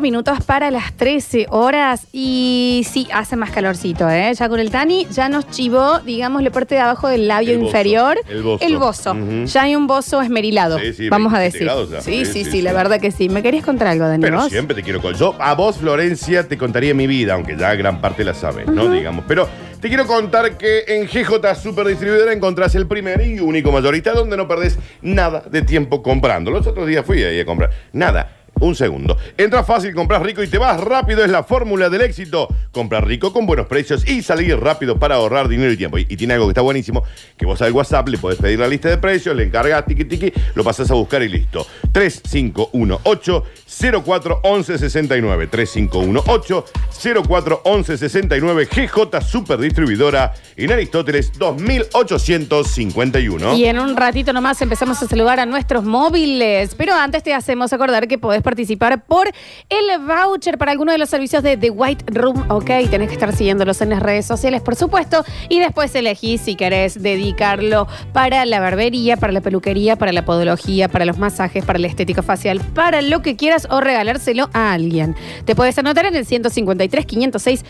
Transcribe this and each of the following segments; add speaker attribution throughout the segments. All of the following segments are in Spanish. Speaker 1: minutos para las 13 horas y sí, hace más calorcito, ¿eh? Ya con el Tani ya nos chivó, digamos, la parte de abajo del labio
Speaker 2: El bozo,
Speaker 1: inferior.
Speaker 2: el bozo. Ujú.
Speaker 1: Ya hay un bozo esmerilado,
Speaker 2: Sí, sí,
Speaker 1: vamos a decir.
Speaker 2: 27 grados ya.
Speaker 1: Sí, sí,
Speaker 2: Sí,
Speaker 1: sí,
Speaker 2: sí,
Speaker 1: la
Speaker 2: sí.
Speaker 1: verdad que sí. ¿Me querías contar algo, Dani?
Speaker 2: Pero
Speaker 1: vos?
Speaker 2: siempre te quiero con. Yo a vos, Florencia, te contaría mi vida, aunque ya gran parte la sabes, ¿no? Digamos. Pero te quiero contar que en GJ Super Distribuidora encontrás el primer y único mayorista donde no perdés nada de tiempo comprando. Los otros días fui ahí a comprar. Nada. Un segundo. Entra fácil, compras rico y te vas rápido. Es la fórmula del éxito. Comprar rico con buenos precios y salir rápido para ahorrar dinero y tiempo. Y, y tiene algo que está buenísimo, que vos al WhatsApp le podés pedir la lista de precios, le encargas tiki tiki, lo pasás a buscar y listo. 3518-041169. 3518-041169. GJ Super Distribuidora en Aristóteles 2851.
Speaker 1: Y en un ratito nomás empezamos a saludar a nuestros móviles. Pero antes te hacemos acordar que podés participar por el voucher para alguno de los servicios de The White Room. Ok, tenés que estar siguiéndolos en las redes sociales, por supuesto. Y después elegís si querés dedicarlo para la barbería, para la peluquería, para la podología, para los masajes, para el estético facial, para lo que quieras o regalárselo a alguien. Te podés anotar en el 153 506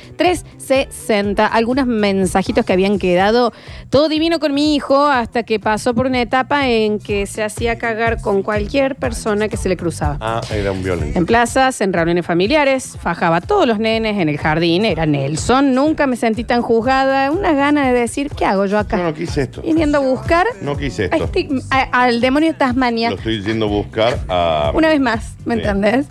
Speaker 1: 360. Algunos mensajitos que habían quedado todo divino con mi hijo hasta que pasó por una etapa en que se hacía cagar con cualquier persona que se le cruzaba.
Speaker 2: Ah, era un violento.
Speaker 1: En plazas, en reuniones familiares, fajaba a todos los nenes en el jardín, era Nelson, nunca me sentí tan juzgada, una gana de decir, ¿qué hago yo acá?
Speaker 2: No, no quise esto.
Speaker 1: Viniendo a buscar
Speaker 2: No quise
Speaker 1: a
Speaker 2: esto.
Speaker 1: este- a- al demonio de Tasmania.
Speaker 2: Lo estoy yendo a buscar a.
Speaker 1: Una vez más, ¿me
Speaker 2: Sí.
Speaker 1: entendés?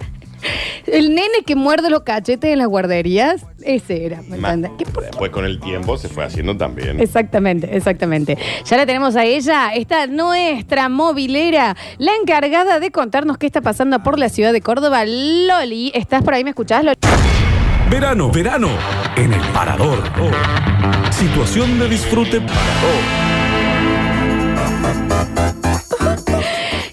Speaker 1: El nene que muerde los cachetes en las guarderías, ese era, ¿me
Speaker 2: Ma-
Speaker 1: entendés? ¿Qué por-
Speaker 2: Después con el tiempo se fue haciendo también.
Speaker 1: Exactamente, exactamente. Ya la tenemos a ella, esta nuestra movilera, la encargada de contarnos qué está pasando por la ciudad de Córdoba. Loli, ¿estás por ahí? ¿Me escuchás, Loli?
Speaker 3: Verano, verano, en el parador. Oh. Situación de disfrute para todos.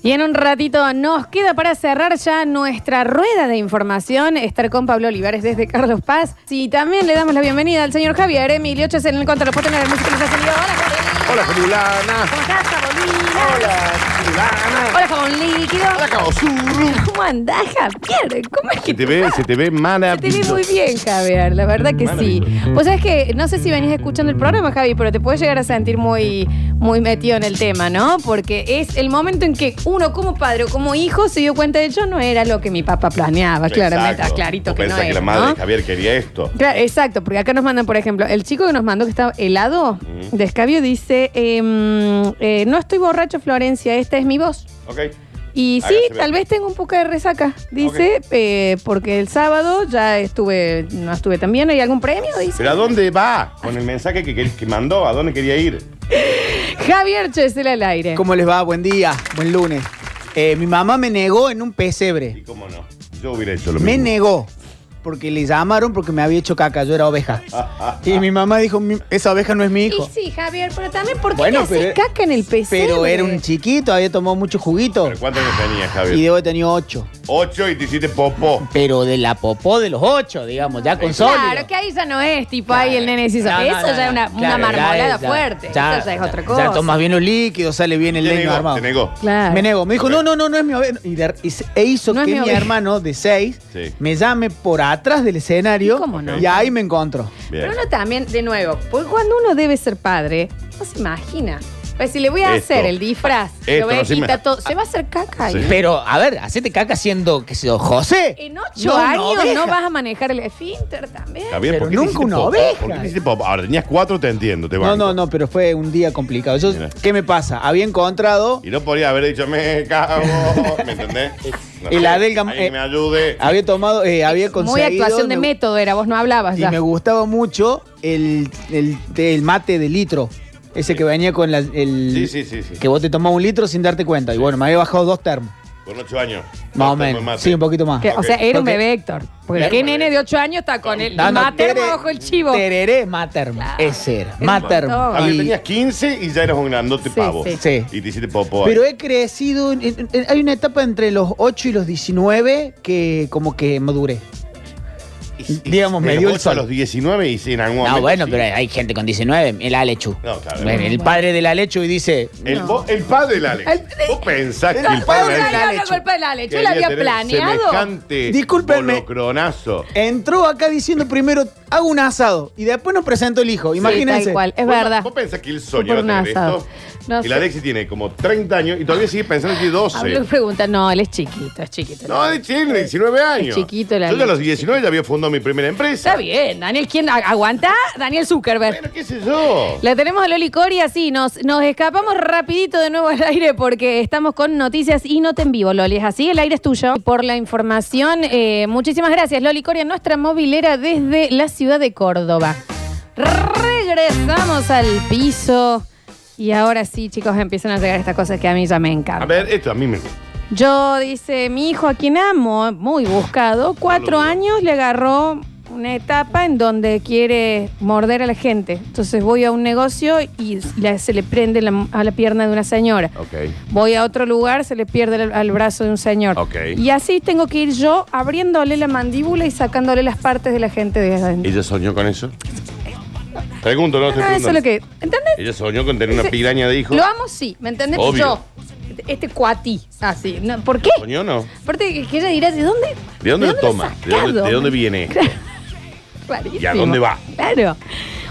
Speaker 1: Y en un ratito nos queda para cerrar ya nuestra rueda de información, estar con Pablo Olivares desde Carlos Paz. Y también le damos la bienvenida al señor Javier Emilio Oches en el control de la música nos ha salido. Hola, Javier.
Speaker 2: Hola, Julana.
Speaker 1: ¿Cómo estás, Jabolina?
Speaker 2: Hola, Julana.
Speaker 1: Hola, Jabón Líquido.
Speaker 2: Hola, Caosurru.
Speaker 1: ¿Cómo andás, Javier? ¿Cómo es que
Speaker 2: Se te ve, se te ve
Speaker 1: Te vi
Speaker 2: maravilloso.
Speaker 1: muy bien, Javier, la verdad que sí. Vos sabés que, no sé si venís escuchando el programa, Javi, pero te puedes llegar a sentir muy, muy metido en el tema, ¿no? Porque es el momento en que uno como padre o como hijo se dio cuenta de yo no era lo que mi papá planeaba, claramente,
Speaker 2: Exacto.
Speaker 1: ah, clarito
Speaker 2: Vos
Speaker 1: que no
Speaker 2: pensás
Speaker 1: era,
Speaker 2: que la madre
Speaker 1: ¿no?
Speaker 2: de Javier quería esto.
Speaker 1: Claro, exacto, porque acá nos mandan, por ejemplo, el chico que nos mandó que estaba helado de escabio dice, em, eh, no estoy borracho, Florencia, esta es mi voz.
Speaker 2: Ok.
Speaker 1: Y
Speaker 2: Acá
Speaker 1: sí,
Speaker 2: se ve.
Speaker 1: tal vez tengo un poco de resaca, dice, eh, porque el sábado ya estuve, no estuve tan bien, ¿hay algún premio? Dice.
Speaker 2: Pero ¿a dónde va con el mensaje que, que- que mandó? ¿A dónde quería ir?
Speaker 1: Javier Chesel al aire.
Speaker 4: ¿Cómo les va? Buen día, buen lunes. Eh, mi mamá me negó en un
Speaker 2: Y
Speaker 4: pesebre.
Speaker 2: cómo no. Yo hubiera hecho lo
Speaker 4: Me
Speaker 2: mismo.
Speaker 4: negó. Porque le llamaron porque me había hecho caca, yo era oveja.
Speaker 2: Ah,
Speaker 4: Y mi mamá dijo, "Mi- esa oveja no es mi
Speaker 1: Y
Speaker 4: hijo.
Speaker 1: sí, Javier, pero también porque
Speaker 4: Bueno,
Speaker 1: te haces
Speaker 4: pero-
Speaker 1: caca en el pesebre.
Speaker 4: Pero era un chiquito, había tomado mucho juguito.
Speaker 2: ¿Pero cuántos años tenías,
Speaker 4: Y
Speaker 2: Javier?
Speaker 4: debo haber tenido ocho.
Speaker 2: Ocho y te hiciste popó.
Speaker 4: Pero de la popó de los ocho, digamos, ya con sólido.
Speaker 1: Claro, que ahí ya no es, tipo, ahí el nene se hizo.
Speaker 4: No, no,
Speaker 1: eso
Speaker 4: no,
Speaker 1: ya es una,
Speaker 4: no.
Speaker 1: una
Speaker 4: Claro, ya
Speaker 1: marmolada
Speaker 4: es, ya-
Speaker 1: fuerte. eso ya es otra cosa.
Speaker 4: Ya tomas bien los líquidos, sale bien el
Speaker 2: Te
Speaker 4: leño
Speaker 2: negó,
Speaker 4: armado.
Speaker 2: te negó.
Speaker 1: Claro.
Speaker 4: Me negó. Me dijo,
Speaker 2: Ok.
Speaker 4: no, no, no, no es mi oveja. Y de- y se- e hizo
Speaker 1: No es
Speaker 4: que
Speaker 1: mi
Speaker 4: mi,
Speaker 1: oveja.
Speaker 4: hermano de seis
Speaker 2: Sí.
Speaker 4: me llame por atrás del escenario.
Speaker 1: ¿Y cómo no?
Speaker 4: Y ahí me encontró.
Speaker 2: Bien.
Speaker 1: Pero uno también, de nuevo, porque cuando uno debe ser padre, no se imagina. Pues si le voy a
Speaker 2: Esto.
Speaker 1: hacer el disfraz,
Speaker 2: Esto
Speaker 1: lo
Speaker 2: no se
Speaker 1: voy a quitar
Speaker 2: imagina.
Speaker 1: todo, se va a hacer caca. ahí.
Speaker 2: Sí.
Speaker 4: Pero, a ver, hacete caca siendo, qué sé yo, José.
Speaker 1: En ocho
Speaker 4: No,
Speaker 1: años
Speaker 4: no, oveja.
Speaker 1: no vas a manejar el esfínter también.
Speaker 2: Javier,
Speaker 4: Pero
Speaker 2: ¿por qué
Speaker 4: nunca
Speaker 2: te hiciste
Speaker 4: una
Speaker 2: popó?
Speaker 4: oveja.
Speaker 2: ¿Por qué te hiciste popó? Ahora tenías cuatro, te entiendo, te
Speaker 4: No,
Speaker 2: banco.
Speaker 4: no, no, pero fue un día complicado. Yo,
Speaker 2: Mira.
Speaker 4: ¿Qué me pasa? Había encontrado,
Speaker 2: Y no podría haber dicho, me cago. ¿Me entendés? No
Speaker 4: Y la
Speaker 2: sé,
Speaker 4: delga-
Speaker 2: alguien
Speaker 4: eh,
Speaker 2: me ayude.
Speaker 4: había tomado, eh, había
Speaker 1: Muy
Speaker 4: conseguido.
Speaker 1: actuación de
Speaker 4: me-
Speaker 1: método era, vos no hablabas
Speaker 4: Y
Speaker 1: ya.
Speaker 4: me gustaba mucho el, el, el mate de litro. Ese que venía con la- el.
Speaker 2: Sí, sí, sí, sí.
Speaker 4: Que vos te tomás un litro sin darte cuenta. Y bueno, me había bajado dos termos.
Speaker 2: Con ocho años.
Speaker 4: Más o
Speaker 2: Dos termos de
Speaker 4: menos.
Speaker 2: mate.
Speaker 4: Sí, un poquito más.
Speaker 1: Que, O
Speaker 2: Ok.
Speaker 1: sea, era un
Speaker 4: Porque-
Speaker 1: bebé, Héctor. Porque
Speaker 2: Era
Speaker 1: qué
Speaker 2: un bebé.
Speaker 1: nene de 8 años está con el
Speaker 4: No, no,
Speaker 1: matermo
Speaker 4: tere-
Speaker 1: bajo el chivo.
Speaker 4: Tereré matermo. Ese era. Matermo.
Speaker 1: montón.
Speaker 2: Javier,
Speaker 4: Y-
Speaker 2: tenías 15 y ya eras un grandote
Speaker 1: Ah, Sí,
Speaker 2: pavo.
Speaker 1: sí.
Speaker 4: Sí.
Speaker 2: Y te hiciste popó. ahí.
Speaker 4: Pero he crecido. en- en- en- hay una etapa entre los 8 y los 19 que como que maduré. digamos, me dio el
Speaker 2: a
Speaker 4: sol.
Speaker 2: los 19 y sin algún
Speaker 5: No,
Speaker 2: momento,
Speaker 5: bueno,
Speaker 2: sí.
Speaker 5: pero hay gente con 19, el Alechu.
Speaker 2: No, claro.
Speaker 5: Bueno, el padre del Alechu y dice,
Speaker 2: El, bo- el padre del Alechu.
Speaker 1: El padre-
Speaker 2: ¿Vos pensás que
Speaker 1: eh, No,
Speaker 2: el padre del
Speaker 1: no, no,
Speaker 2: Alechu
Speaker 1: no, culpa del Alechu. Él
Speaker 2: quería
Speaker 1: había
Speaker 2: tener
Speaker 1: planeado.
Speaker 2: Semejante
Speaker 4: Discúlpenme.
Speaker 2: monocronazo?
Speaker 4: Entró acá diciendo primero, hago un asado y después nos presentó el hijo. Imagínense.
Speaker 1: Sí, tal cual, es
Speaker 2: ¿Vos-
Speaker 1: verdad.
Speaker 2: ¿Vos pensás que él
Speaker 1: Fue
Speaker 2: soñó
Speaker 1: por
Speaker 2: tener
Speaker 1: un asado.
Speaker 2: esto?
Speaker 1: No
Speaker 2: el
Speaker 1: sé.
Speaker 2: Alexi tiene como 30 años y todavía sigue pensando que tiene 12.
Speaker 1: Pablo pregunta, no, él es chiquito, es chiquito.
Speaker 2: No, él tiene 19 años.
Speaker 1: chiquito el
Speaker 2: Yo
Speaker 1: Alexi.
Speaker 2: a los 19 ya había fundado mi primera empresa.
Speaker 1: Está bien, Daniel, ¿quién a- aguanta? Daniel Zuckerberg.
Speaker 2: Bueno, qué sé yo.
Speaker 1: La tenemos a Loli Coria, sí, nos, nos escapamos rapidito de nuevo al aire porque estamos con noticias y no te en vivo, Loli. Es así, el aire es tuyo. Por la información, eh, muchísimas gracias, Loli Coria, nuestra movilera desde la ciudad de Córdoba. Regresamos al piso. Y ahora sí, chicos, empiezan a llegar estas cosas que a mí ya me
Speaker 2: A
Speaker 1: encantan.
Speaker 2: ver, esto a mí me gusta.
Speaker 1: Yo, dice, mi hijo a quien amo, muy buscado, cuatro
Speaker 2: dudo.
Speaker 1: años le agarró una etapa en donde quiere morder a la gente. Entonces voy a un negocio y la- se le prende la- a la pierna de una señora.
Speaker 2: Ok.
Speaker 1: Voy a otro lugar, se le pierde el- al brazo de un señor.
Speaker 2: Ok.
Speaker 1: Y así tengo que ir yo abriéndole la mandíbula y sacándole las partes de la gente de adentro.
Speaker 2: ¿Ella soñó con eso? Pregunto, no, estoy
Speaker 1: Ah, eso
Speaker 2: preguntando.
Speaker 1: es lo que... ¿Entendés?
Speaker 2: ¿Ella soñó con tener una
Speaker 1: Ese-
Speaker 2: piraña de hijo?
Speaker 1: Lo amo, sí. ¿Me entendés? Pero
Speaker 2: Obvio.
Speaker 1: Yo, este cuatí, así. No, ¿Por qué?
Speaker 2: ¿Soñó o no?
Speaker 1: Aparte que- que ella dirá, ¿de dónde?
Speaker 2: ¿De dónde lo toma?
Speaker 1: has
Speaker 2: ¿De dónde,
Speaker 1: sacado?
Speaker 2: de dónde viene esto?
Speaker 1: Clarísimo.
Speaker 2: ¿Y a dónde va?
Speaker 1: Claro.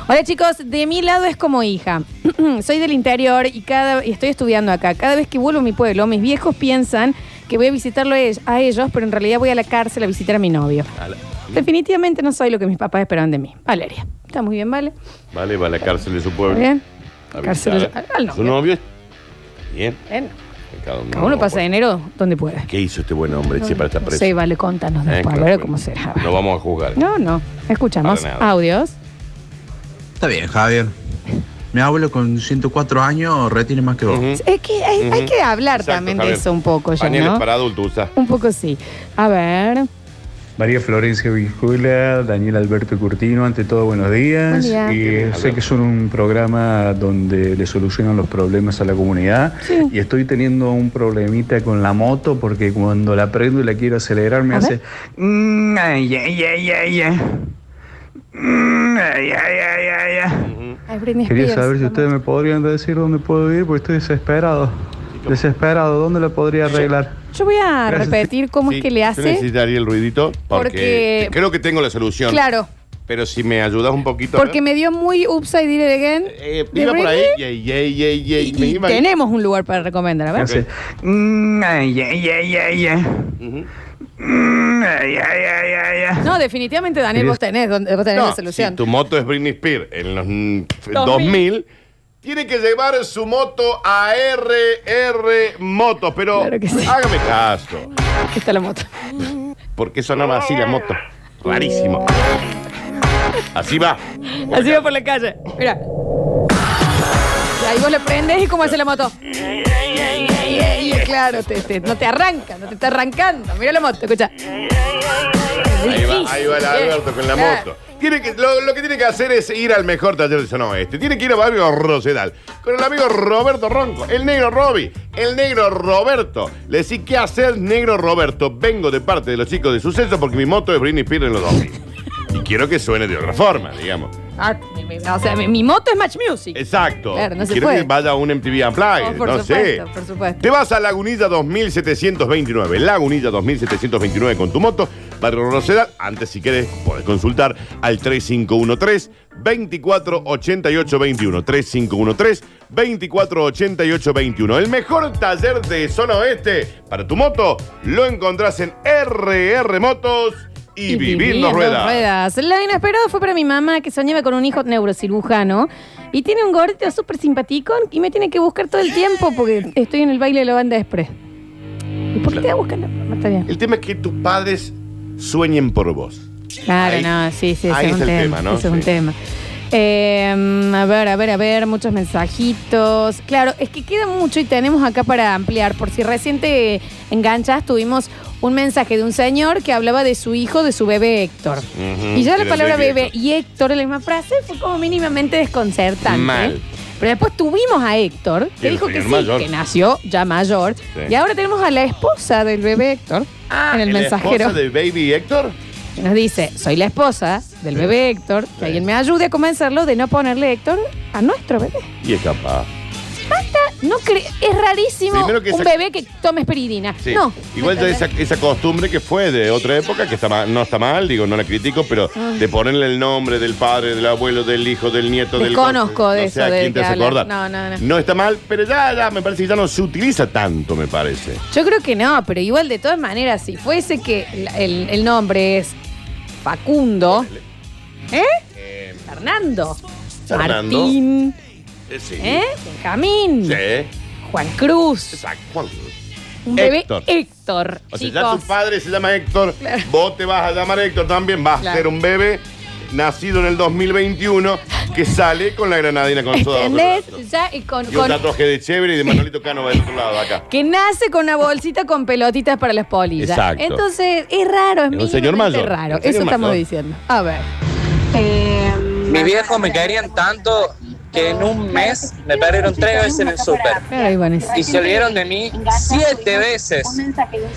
Speaker 1: Hola chicos, de mi lado es como hija. Soy del interior y cada y estoy estudiando acá. Cada vez que vuelvo a mi pueblo, mis viejos piensan que voy a visitarlo e- a ellos, pero en realidad voy a la cárcel a visitar a mi novio.
Speaker 2: A la-
Speaker 1: Definitivamente no soy lo que mis papás esperaban de mí. Valeria. Está muy bien, ¿vale?
Speaker 2: Vale, va a la cárcel de su pueblo.
Speaker 1: Muy bien.
Speaker 2: A
Speaker 1: Cárcel de-
Speaker 2: visitar
Speaker 1: al novio.
Speaker 2: Su novio. Bien.
Speaker 1: Bien.
Speaker 2: Cada uno,
Speaker 1: Cada uno pasa dinero donde puede.
Speaker 2: ¿Qué hizo este buen hombre che, para estar
Speaker 1: No
Speaker 2: preso?
Speaker 1: sé, vale, contanos
Speaker 2: Eh,
Speaker 1: después,
Speaker 2: claro,
Speaker 1: a ver
Speaker 2: bueno.
Speaker 1: cómo será.
Speaker 2: No vamos a juzgar.
Speaker 1: No, no. Escuchamos
Speaker 2: Para nada.
Speaker 1: audios.
Speaker 6: Está bien, Javier. Mi abuelo con 104 años retiene más que vos.
Speaker 2: Ujú.
Speaker 1: Es que hay, hay
Speaker 2: Ujú.
Speaker 1: que hablar
Speaker 2: Exacto,
Speaker 1: también
Speaker 2: Javier.
Speaker 1: de eso un poco, ya,
Speaker 2: Pañales
Speaker 1: ¿no?
Speaker 2: para adultos usa.
Speaker 1: Un poco sí. A ver.
Speaker 7: María Florencia Vijuela, Daniel Alberto Curtino, ante todo buenos
Speaker 1: Buen
Speaker 7: días.
Speaker 1: día.
Speaker 7: Y sé que son un programa donde le solucionan los problemas a la comunidad. Y estoy teniendo un problemita con la moto porque cuando la prendo y la quiero acelerar me
Speaker 1: A
Speaker 7: hace...
Speaker 1: ver.
Speaker 7: "Mm, ay, ay, ay, ay, ay. Mm, ay, ay, ay, ay, ay".
Speaker 1: Ay, Britney
Speaker 7: Quería
Speaker 1: Spears,
Speaker 7: saber si
Speaker 1: vamos.
Speaker 7: ustedes me podrían decir dónde puedo ir porque estoy desesperado. Desesperado, ¿dónde la podría arreglar?
Speaker 1: Yo voy a
Speaker 7: Gracias.
Speaker 1: repetir cómo
Speaker 2: Sí,
Speaker 1: es que le
Speaker 2: yo
Speaker 1: hace.
Speaker 2: necesitaría el ruidito porque,
Speaker 1: Porque-
Speaker 2: creo que tengo la solución.
Speaker 1: Claro,
Speaker 2: Pero si me ayudas un poquito.
Speaker 1: porque
Speaker 2: ¿no?
Speaker 1: me dio muy Upside Dire It Again.
Speaker 2: Eh,
Speaker 1: de
Speaker 2: iba por ahí.
Speaker 1: Britney,
Speaker 2: Yay, yay, yay, yay.
Speaker 1: y-
Speaker 2: Me
Speaker 1: y
Speaker 2: iba-
Speaker 1: tenemos un lugar para recomendar, a
Speaker 7: Me
Speaker 1: ver.
Speaker 7: hace, "Mm, ay, ay, ay, ay, ay".
Speaker 2: Ujú.
Speaker 7: Mm, ay, ay, ay, ay, ay.
Speaker 1: No, definitivamente, Daniel, vos tenés, donde- vos tenés
Speaker 2: No,
Speaker 1: la solución.
Speaker 2: Si tu moto es Britney Spears en los mm,
Speaker 1: 2000.
Speaker 2: 2000, tiene que llevar su moto a RR Motos. Pero
Speaker 1: Claro que sí.
Speaker 2: hágame caso.
Speaker 1: Aquí está la moto.
Speaker 2: Porque sonaba así la moto. Rarísimo. Así va.
Speaker 1: Así va por la calle. Mira. Y ahí vos le prendes y cómo hace la moto. Y claro, te- te- no te arranca, no te está arrancando. Mira la moto, escucha.
Speaker 2: Ahí va, ahí va el
Speaker 1: Bien.
Speaker 2: Alberto con la
Speaker 1: Claro.
Speaker 2: moto. Tiene que, lo, lo que tiene que hacer es ir al mejor taller de zona oeste. Tiene que ir a Barrio Rosedal. Con el amigo Roberto Ronco, el negro Robbie, el negro Roberto. Le decís, ¿qué hacer, negro Roberto? Vengo de parte de los chicos de suceso porque mi moto es Britney Spears en los 2000. Y quiero que suene de otra forma, digamos.
Speaker 1: Ah, mi- mi- o sea, mi, mi moto es Match Music.
Speaker 2: Exacto.
Speaker 1: Claro, no se
Speaker 2: Quiero
Speaker 1: puede.
Speaker 2: que vaya a un MTV Unplugged,
Speaker 1: Oh, por
Speaker 2: no
Speaker 1: supuesto,
Speaker 2: sé.
Speaker 1: por supuesto.
Speaker 2: Te vas a Lagunilla 2729. Lagunilla 2729 con tu moto. Barrio Rosedal. Antes, si quieres, podés consultar al 3513 248821 3513 248821 El mejor taller de zona oeste para tu moto lo encontrás en RR Motos y, Vivir dos ruedas.
Speaker 1: La inesperada fue para mi mamá que soñaba con un hijo neurocirujano y tiene un gordito súper simpaticón y me tiene que buscar todo el tiempo porque estoy en el baile de la banda express. ¿Y por qué te va a buscar la mamá? Está bien.
Speaker 2: El tema es que tus padres sueñen por vos.
Speaker 1: Claro,
Speaker 2: Ahí-
Speaker 1: no, sí, sí, ese
Speaker 2: ahí
Speaker 1: es un
Speaker 2: está
Speaker 1: tema.
Speaker 2: el tema, ¿no?
Speaker 1: Ese es un
Speaker 2: Sí.
Speaker 1: tema. Eh, a ver, a ver, a ver, muchos mensajitos. Claro, es que queda mucho y tenemos acá para ampliar. Por si recién te enganchas, tuvimos un mensaje de un señor que hablaba de su hijo, de su bebé Héctor.
Speaker 2: Ujú,
Speaker 1: y ya la
Speaker 2: era
Speaker 1: palabra
Speaker 2: el bebé
Speaker 1: bebé y Héctor en la misma frase fue como mínimamente desconcertante.
Speaker 2: Mal.
Speaker 1: Pero después tuvimos a Héctor, que
Speaker 2: El
Speaker 1: dijo que
Speaker 2: señor
Speaker 1: sí,
Speaker 2: mayor.
Speaker 1: que nació ya mayor.
Speaker 2: Sí. Ah,
Speaker 1: Y ahora tenemos a la esposa del bebé Héctor en el
Speaker 2: ¿La
Speaker 1: mensajero.
Speaker 2: esposa de Baby Héctor?
Speaker 1: que nos dice, soy la esposa del bebé Héctor, que alguien me ayude a convencerlo de no ponerle Héctor a nuestro bebé.
Speaker 2: Y es capaz.
Speaker 1: No cre- es rarísimo
Speaker 2: Primero que
Speaker 1: un
Speaker 2: esa-
Speaker 1: bebé que tome esperidina.
Speaker 2: Sí.
Speaker 1: No.
Speaker 2: Igual ya
Speaker 1: ¿Me
Speaker 2: esa,
Speaker 1: entendés?
Speaker 2: esa costumbre que fue de otra época, que está mal- no está mal, digo, no la critico, pero de ponerle el nombre del padre, del abuelo, del hijo, del nieto, del...
Speaker 1: Desconozco de
Speaker 2: no sé
Speaker 1: eso
Speaker 2: a
Speaker 1: de
Speaker 2: quién te
Speaker 1: que
Speaker 2: hace
Speaker 1: hablan.
Speaker 2: acordar.
Speaker 1: No, no, no.
Speaker 2: está mal, pero ya, ya, me parece que ya no se utiliza tanto, me parece.
Speaker 1: Yo creo que no, pero igual de todas maneras, si fuese que la- el, el nombre es Facundo, ¿eh? Fernando,
Speaker 2: Fernando.
Speaker 1: Martín,
Speaker 2: Eh, sí.
Speaker 1: ¿eh? Benjamín,
Speaker 2: Sí,
Speaker 1: Juan Cruz,
Speaker 2: exacto. Juan.
Speaker 1: un bebé
Speaker 2: Héctor.
Speaker 1: Héctor.
Speaker 2: O sea, ya tu
Speaker 1: chicos.
Speaker 2: padre se llama Héctor, vos te vas a llamar Héctor también, vas a
Speaker 1: Claro.
Speaker 2: ser un bebé nacido en el 2021 que sale con la granadina con soda. bajo el brazo.
Speaker 1: ¿Entendés? Ya, y con-
Speaker 2: Y un
Speaker 1: con-
Speaker 2: tatuaje de chévere y de Manolito Cano del otro lado acá.
Speaker 1: que nace con una bolsita con pelotitas para las polillas.
Speaker 2: Exacto.
Speaker 1: Entonces, es raro, es,
Speaker 2: un
Speaker 1: mínimamente
Speaker 2: señor mayor.
Speaker 1: raro.
Speaker 2: Un señor
Speaker 1: Eso estamos
Speaker 2: mayor.
Speaker 1: diciendo. A ver.
Speaker 8: Mis viejos me querían tanto que en un mes me perdieron tres veces en el súper
Speaker 1: Claro, Ivanes.
Speaker 8: y se olvidaron de mí siete veces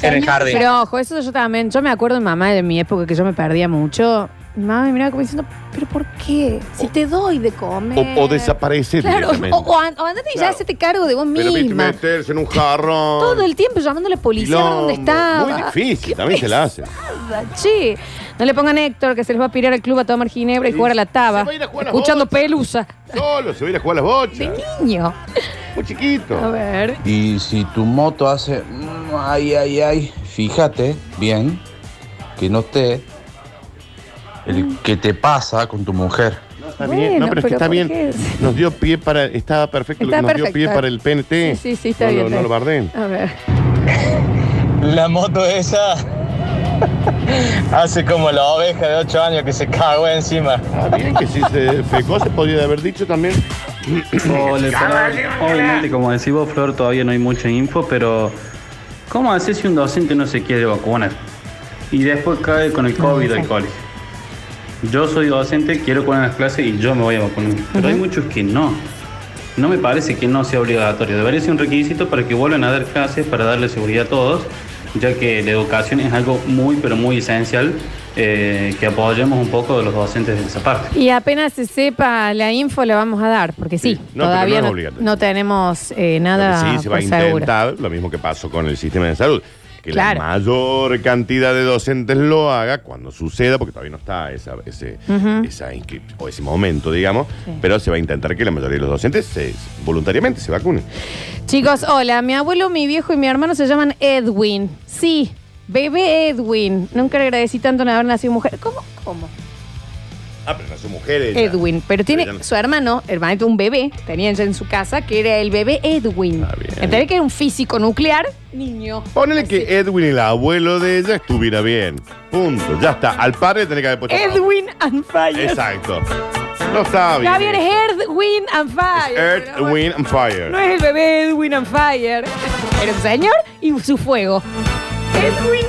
Speaker 8: en el jardín.
Speaker 1: Pero ojo, eso yo también. Yo me acuerdo de mamá de mi época que yo me perdía mucho. Mi mamá me miraba como diciendo, ¿pero por qué? Si te doy de comer.
Speaker 2: O, o desaparece
Speaker 1: Claro,
Speaker 2: directamente.
Speaker 1: o, o an- o andate y ya
Speaker 2: Claro.
Speaker 1: hacete cargo de vos
Speaker 2: Pero viste
Speaker 1: misma.
Speaker 2: meterse en un jarrón.
Speaker 1: Todo el tiempo llamando a la policía a ver dónde
Speaker 2: quilombo.
Speaker 1: estaba.
Speaker 2: Muy difícil,
Speaker 1: Qué
Speaker 2: también se la hace.
Speaker 1: pesada, Che, no le pongan a Héctor que se les va a pirar al club a tomar ginebra y
Speaker 2: Sí.
Speaker 1: jugar a la
Speaker 2: Se
Speaker 1: taba.
Speaker 2: va a ir a jugar a las
Speaker 1: escuchando
Speaker 2: bochas.
Speaker 1: pelusa.
Speaker 2: Solo se va a ir a jugar a las
Speaker 1: De
Speaker 2: bochas.
Speaker 1: niño.
Speaker 2: Muy
Speaker 1: A
Speaker 2: chiquito.
Speaker 1: ver.
Speaker 6: Y si tu moto hace. mm, Ay, ay, ay. Fíjate bien que no te. El que te pasa con tu mujer.
Speaker 2: No, está
Speaker 1: Bueno,
Speaker 2: bien. No, pero es que
Speaker 1: pero
Speaker 2: está
Speaker 1: ¿por
Speaker 2: bien.
Speaker 1: qué es?
Speaker 2: Nos dio pie para. Estaba perfecto. lo
Speaker 1: Está
Speaker 2: que nos dio pie
Speaker 1: perfecto.
Speaker 2: para el PNT.
Speaker 1: Sí, sí, sí, está
Speaker 2: no
Speaker 1: bien,
Speaker 2: Lo,
Speaker 1: está
Speaker 2: no lo
Speaker 1: bien.
Speaker 2: barden.
Speaker 1: A ver.
Speaker 8: La moto esa hace como la oveja de 8 años que se cagó encima.
Speaker 2: Está bien que si se fecó, se podría haber dicho también.
Speaker 9: Ole, pero obviamente, como decís vos, Flor, todavía no hay mucha info, pero ¿cómo haces si un docente no se quiere vacunar? Y después cae con el COVID al colegio. Yo soy docente, quiero poner las clases y yo me voy a vacunar. Pero hay muchos que no. No me parece que no sea obligatorio. Debería ser un requisito para que vuelvan a dar clases, para darle seguridad a todos, ya que la educación es algo muy, pero muy esencial, eh, que apoyemos un poco de los docentes en esa parte.
Speaker 1: Y apenas se sepa la info, la vamos a dar, porque sí,
Speaker 2: Sí. No,
Speaker 1: todavía
Speaker 2: pero no es
Speaker 1: no,
Speaker 2: obligatorio.
Speaker 1: no tenemos eh, nada
Speaker 2: Lo que sí se va a
Speaker 1: por seguro.
Speaker 2: intentar, lo mismo que pasó con el sistema de salud. Que
Speaker 1: Claro.
Speaker 2: la mayor cantidad de docentes lo haga cuando suceda, porque todavía no está esa, ese, esa inscrip- o ese momento, digamos, pero se va a intentar que la mayoría de los docentes se- voluntariamente se vacunen.
Speaker 1: Chicos, hola, mi abuelo, mi viejo y mi hermano se llaman Edwin. Sí, bebé Edwin. Nunca le agradecí tanto en haber nacido mujer. ¿Cómo? ¿Cómo?
Speaker 2: Ah, pero no son mujeres.
Speaker 1: Edwin. Pero tiene
Speaker 2: Pero ya no-
Speaker 1: su hermano, hermanito, un bebé, tenía ya en su casa, que era el bebé Edwin.
Speaker 2: Ah, bien.
Speaker 1: Entendés que era un físico nuclear, niño.
Speaker 2: Ponele que Edwin, el abuelo de ella, estuviera bien. Punto. Ya está. Al padre tenés que haber puesto.
Speaker 1: Edwin and Fire.
Speaker 2: Exacto. No está bien.
Speaker 1: Javier es Edwin and Fire.
Speaker 2: Earth,
Speaker 1: pero bueno.
Speaker 2: Wind and Fire.
Speaker 1: No es el bebé Edwin and Fire. Era un señor y su fuego. Edwin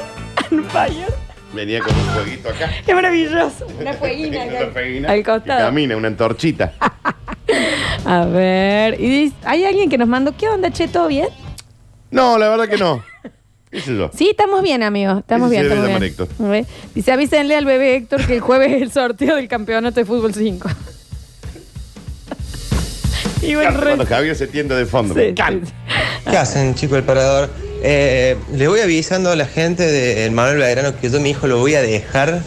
Speaker 1: and Fire.
Speaker 2: Venía con un jueguito acá.
Speaker 1: Qué maravilloso. Una fueguina.
Speaker 2: Una
Speaker 1: acá.
Speaker 2: peina
Speaker 1: al
Speaker 2: que
Speaker 1: costado.
Speaker 2: Camina, una antorchita.
Speaker 1: A ver. Y dice- hay alguien que nos mandó. ¿Qué onda, che? ¿Todo bien?
Speaker 2: No, la verdad que no. ¿Qué sé yo?
Speaker 1: Sí, estamos bien, amigos. Estamos
Speaker 2: Ese
Speaker 1: bien.
Speaker 2: se debe
Speaker 1: estamos
Speaker 2: llamar
Speaker 1: bien. ¿Ve? Dice, avísenle al bebé Héctor que el jueves es el sorteo del campeonato de fútbol 5. y bueno, re-
Speaker 2: Cuando Javier se tiende de fondo.
Speaker 1: sí,
Speaker 2: me encanta.
Speaker 1: sí,
Speaker 10: ¿Qué hacen, chico el parador? Eh, le voy avisando a la gente de Manuel Belgrano que yo mi hijo lo voy a dejar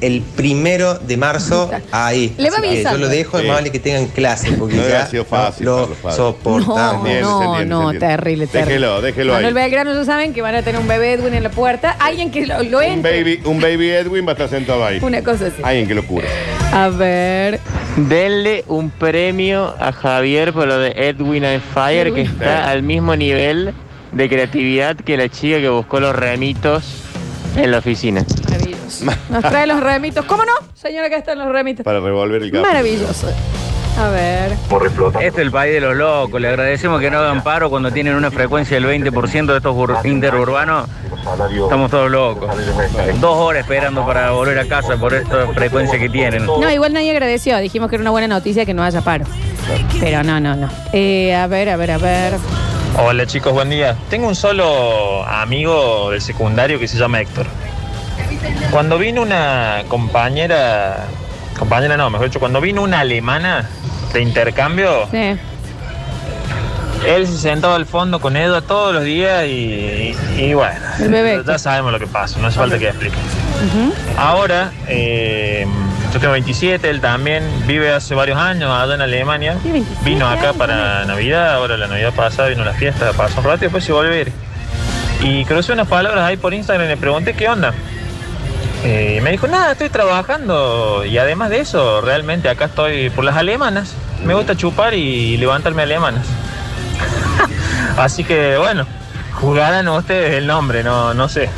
Speaker 10: el primero de marzo ahí.
Speaker 1: Le va
Speaker 10: Así que
Speaker 1: avisando.
Speaker 10: Yo lo dejo,
Speaker 2: Sí.
Speaker 10: es más vale que tengan clase, porque
Speaker 2: No hubiera
Speaker 10: ya
Speaker 2: sido fácil
Speaker 10: no
Speaker 2: para
Speaker 10: lo
Speaker 2: los padres.
Speaker 10: soportamos.
Speaker 2: Entiende,
Speaker 1: no,
Speaker 2: se entiende,
Speaker 1: no,
Speaker 2: se entiende.
Speaker 1: terrible, terrible.
Speaker 2: Déjelo, déjelo
Speaker 1: Manuel
Speaker 2: ahí.
Speaker 1: Belgrano, ya saben que van a tener un bebé Edwin en la puerta. Alguien que lo, lo
Speaker 2: Un
Speaker 1: entre.
Speaker 2: baby, un baby Edwin va a estar sentado ahí.
Speaker 1: Una cosa así.
Speaker 2: Alguien que lo cure.
Speaker 1: A ver.
Speaker 11: Denle un premio a Javier por lo de Edwin and Fire, que está al mismo nivel de creatividad que la chica que buscó los remitos en la oficina.
Speaker 1: Maravilloso. Nos trae los remitos. ¿Cómo no? Señora, acá están los remitos.
Speaker 2: Para revolver el capo.
Speaker 1: Maravilloso. A ver.
Speaker 9: Este es el país de los locos. Le agradecemos que no hagan paro cuando tienen una frecuencia del 20% de estos bur- interurbanos. Estamos todos locos. Dos horas esperando para volver a casa por esta frecuencia que tienen.
Speaker 1: No, igual nadie agradeció. Dijimos que era una buena noticia que no haya paro. Pero no, no, no. Eh, a ver, a ver, a ver.
Speaker 9: Hola chicos, buen día. Tengo un solo amigo del secundario que se llama Héctor.
Speaker 12: Cuando vino una Ah, compañera, compañera no, mejor dicho, cuando vino una alemana de intercambio,
Speaker 1: Sí.
Speaker 12: él se sentaba al fondo con Edo todos los días y, y bueno,
Speaker 1: El bebé.
Speaker 12: ya sabemos lo que pasa, no hace falta que explique.
Speaker 1: Ujú.
Speaker 12: Ahora, eh, yo tengo 27, él también vive hace varios años allá en Alemania.
Speaker 1: Sí, 27
Speaker 12: Vino acá
Speaker 1: años,
Speaker 12: para Navidad, ahora la Navidad pasada vino a la fiesta, pasó un rato y después se volvió a ir. Y crucé unas palabras ahí por Instagram y le pregunté qué onda. Eh, me dijo, nada, estoy trabajando y además de eso, realmente acá estoy por las alemanas. Me gusta chupar y levantarme alemanas. Así que bueno, jugarán ustedes el nombre, no, no sé.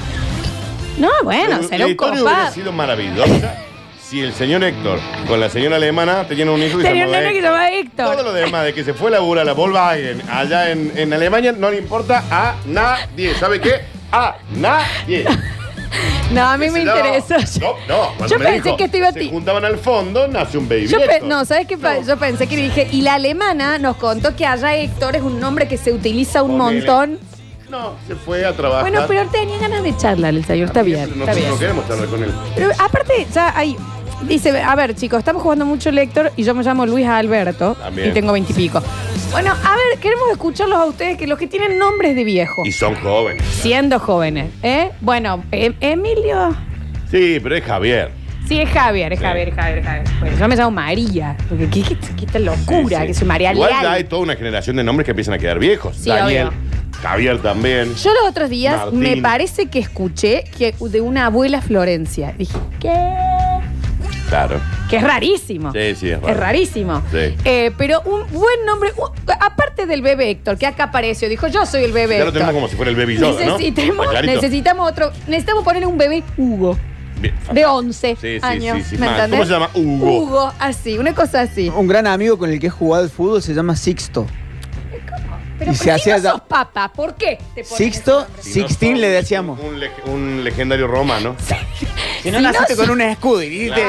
Speaker 1: No, bueno,
Speaker 2: Pero
Speaker 1: será
Speaker 2: La
Speaker 1: un
Speaker 2: historia hubiera
Speaker 1: copado.
Speaker 2: sido maravillosa si el señor Héctor con la señora alemana tenían un hijo que
Speaker 1: Tenía un
Speaker 2: se
Speaker 1: nene que se
Speaker 2: llamaba
Speaker 1: llamaba
Speaker 2: Héctor.
Speaker 1: Héctor.
Speaker 2: Todo lo demás de que se fue a laburar a la Volkswagen allá en, en Alemania no le importa a nadie. ¿Sabe qué? A nadie.
Speaker 1: No, a mí me
Speaker 2: No,
Speaker 1: interesa.
Speaker 2: No, no. cuando
Speaker 1: Yo
Speaker 2: me
Speaker 1: pensé
Speaker 2: dijo,
Speaker 1: que esto iba a
Speaker 2: Se
Speaker 1: ti-
Speaker 2: juntaban al fondo, nace un baby.
Speaker 1: Yo pe-
Speaker 2: Héctor.
Speaker 1: no, ¿sabes qué? pa- Yo pensé que le dije, y la alemana nos contó que allá Héctor es un nombre que se utiliza un
Speaker 2: Ponele.
Speaker 1: montón.
Speaker 2: No, se fue a trabajar.
Speaker 1: Bueno, pero tenía ganas de charlar el señor, está bien.
Speaker 2: Nosotros
Speaker 1: está bien.
Speaker 2: no queremos charlar con él.
Speaker 1: Pero aparte, ya hay. Dice, a ver, chicos, estamos jugando mucho el Héctor y yo me llamo Luis Alberto
Speaker 2: También.
Speaker 1: y tengo veintipico. Bueno, a ver, queremos escucharlos a ustedes, que los que tienen nombres de viejo,
Speaker 2: Y son jóvenes.
Speaker 1: siendo jóvenes, ¿eh? Bueno, Em- Emilio.
Speaker 2: Sí, pero es Javier.
Speaker 1: Sí, es Javier, es Javier, es Javier, es Javier. Bueno, yo me llamo María. Porque qué, qué, qué esta locura, que soy María
Speaker 2: Igual
Speaker 1: Leal.
Speaker 2: ya hay toda una generación de nombres que empiezan a quedar viejos.
Speaker 1: Sí,
Speaker 2: Daniel,
Speaker 1: obvio.
Speaker 2: Javier también.
Speaker 1: Yo los otros días
Speaker 2: Martín.
Speaker 1: me parece que escuché que de una abuela Florencia. Dije, ¿qué?
Speaker 2: Claro.
Speaker 1: Que es rarísimo.
Speaker 2: Sí, sí, es raro.
Speaker 1: Es rarísimo.
Speaker 2: Sí.
Speaker 1: Eh, pero un buen nombre, u- aparte del bebé Héctor, que acá apareció, dijo, yo soy el bebé
Speaker 2: Ya lo
Speaker 1: Héctor.
Speaker 2: tenemos como si fuera el baby Yoda, ¿no?
Speaker 1: necesitamos,
Speaker 2: Está clarito.
Speaker 1: necesitamos otro, necesitamos poner un bebé Hugo,
Speaker 2: Bien,
Speaker 1: de 11
Speaker 2: Sí, sí,
Speaker 1: años.
Speaker 2: sí, sí,
Speaker 1: ¿Me
Speaker 2: mal.
Speaker 1: entendés?
Speaker 2: ¿Cómo se llama? Hugo.
Speaker 1: Hugo, así, una cosa así.
Speaker 4: Un gran amigo con el que he jugado al fútbol se llama Sixto.
Speaker 1: Pero
Speaker 4: y
Speaker 1: ¿por
Speaker 4: se
Speaker 1: qué
Speaker 4: hacía
Speaker 1: no
Speaker 4: ya-
Speaker 1: sos papa? ¿Por qué? te pones
Speaker 4: Sixto,
Speaker 2: Si no
Speaker 4: Sixteen
Speaker 2: sos
Speaker 4: le decíamos.
Speaker 2: Un, leg- un legendario romano.
Speaker 4: Si no
Speaker 1: Si no
Speaker 4: naciste
Speaker 1: sos-
Speaker 4: con un escudo y dijiste,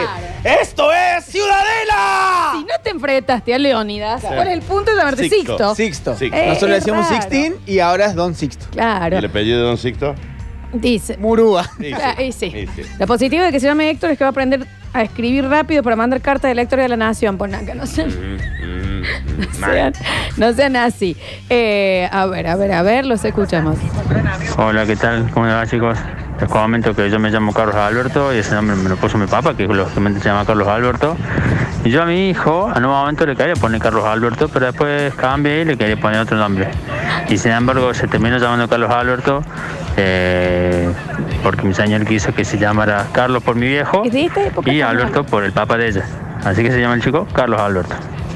Speaker 4: ¡Esto es Ciudadela!
Speaker 1: Si no te enfrentaste a Leónidas, ¿cuál es el punto de llamarte Sixto?
Speaker 4: Sixto.
Speaker 2: Sixto.
Speaker 1: Eh,
Speaker 4: Nosotros le
Speaker 1: es
Speaker 4: decíamos
Speaker 1: raro.
Speaker 4: Sixteen y ahora es Don Sixto.
Speaker 2: ¿Y
Speaker 1: Claro.
Speaker 2: el apellido de Don Sixto?
Speaker 1: Dice.
Speaker 4: Murúa.
Speaker 1: Ah, y sí.
Speaker 2: Y sí.
Speaker 1: La positiva de que se llame Héctor es que va a aprender a escribir rápido para mandar cartas del Héctor de la Nación. Pon acá, no sean,
Speaker 2: Mm, mm,
Speaker 1: no sean, no sean así. Eh, a ver, a ver, a ver, los escuchamos.
Speaker 9: Hola, ¿qué tal? ¿Cómo les va, chicos? Les comento que yo me llamo Carlos Alberto y ese nombre me lo puso mi papá, que lógicamente se llama Carlos Alberto. Y yo a mi hijo, a un momento le quería poner Carlos Alberto, pero después cambié y le quería poner otro nombre. Y sin embargo, se terminó llamando Carlos Alberto eh, porque mi señor quiso que se llamara Carlos por mi viejo
Speaker 1: Es de esta época,
Speaker 9: y
Speaker 1: ¿no?
Speaker 9: Alberto por el papá de ella. Así que se llama el chico Carlos Alberto.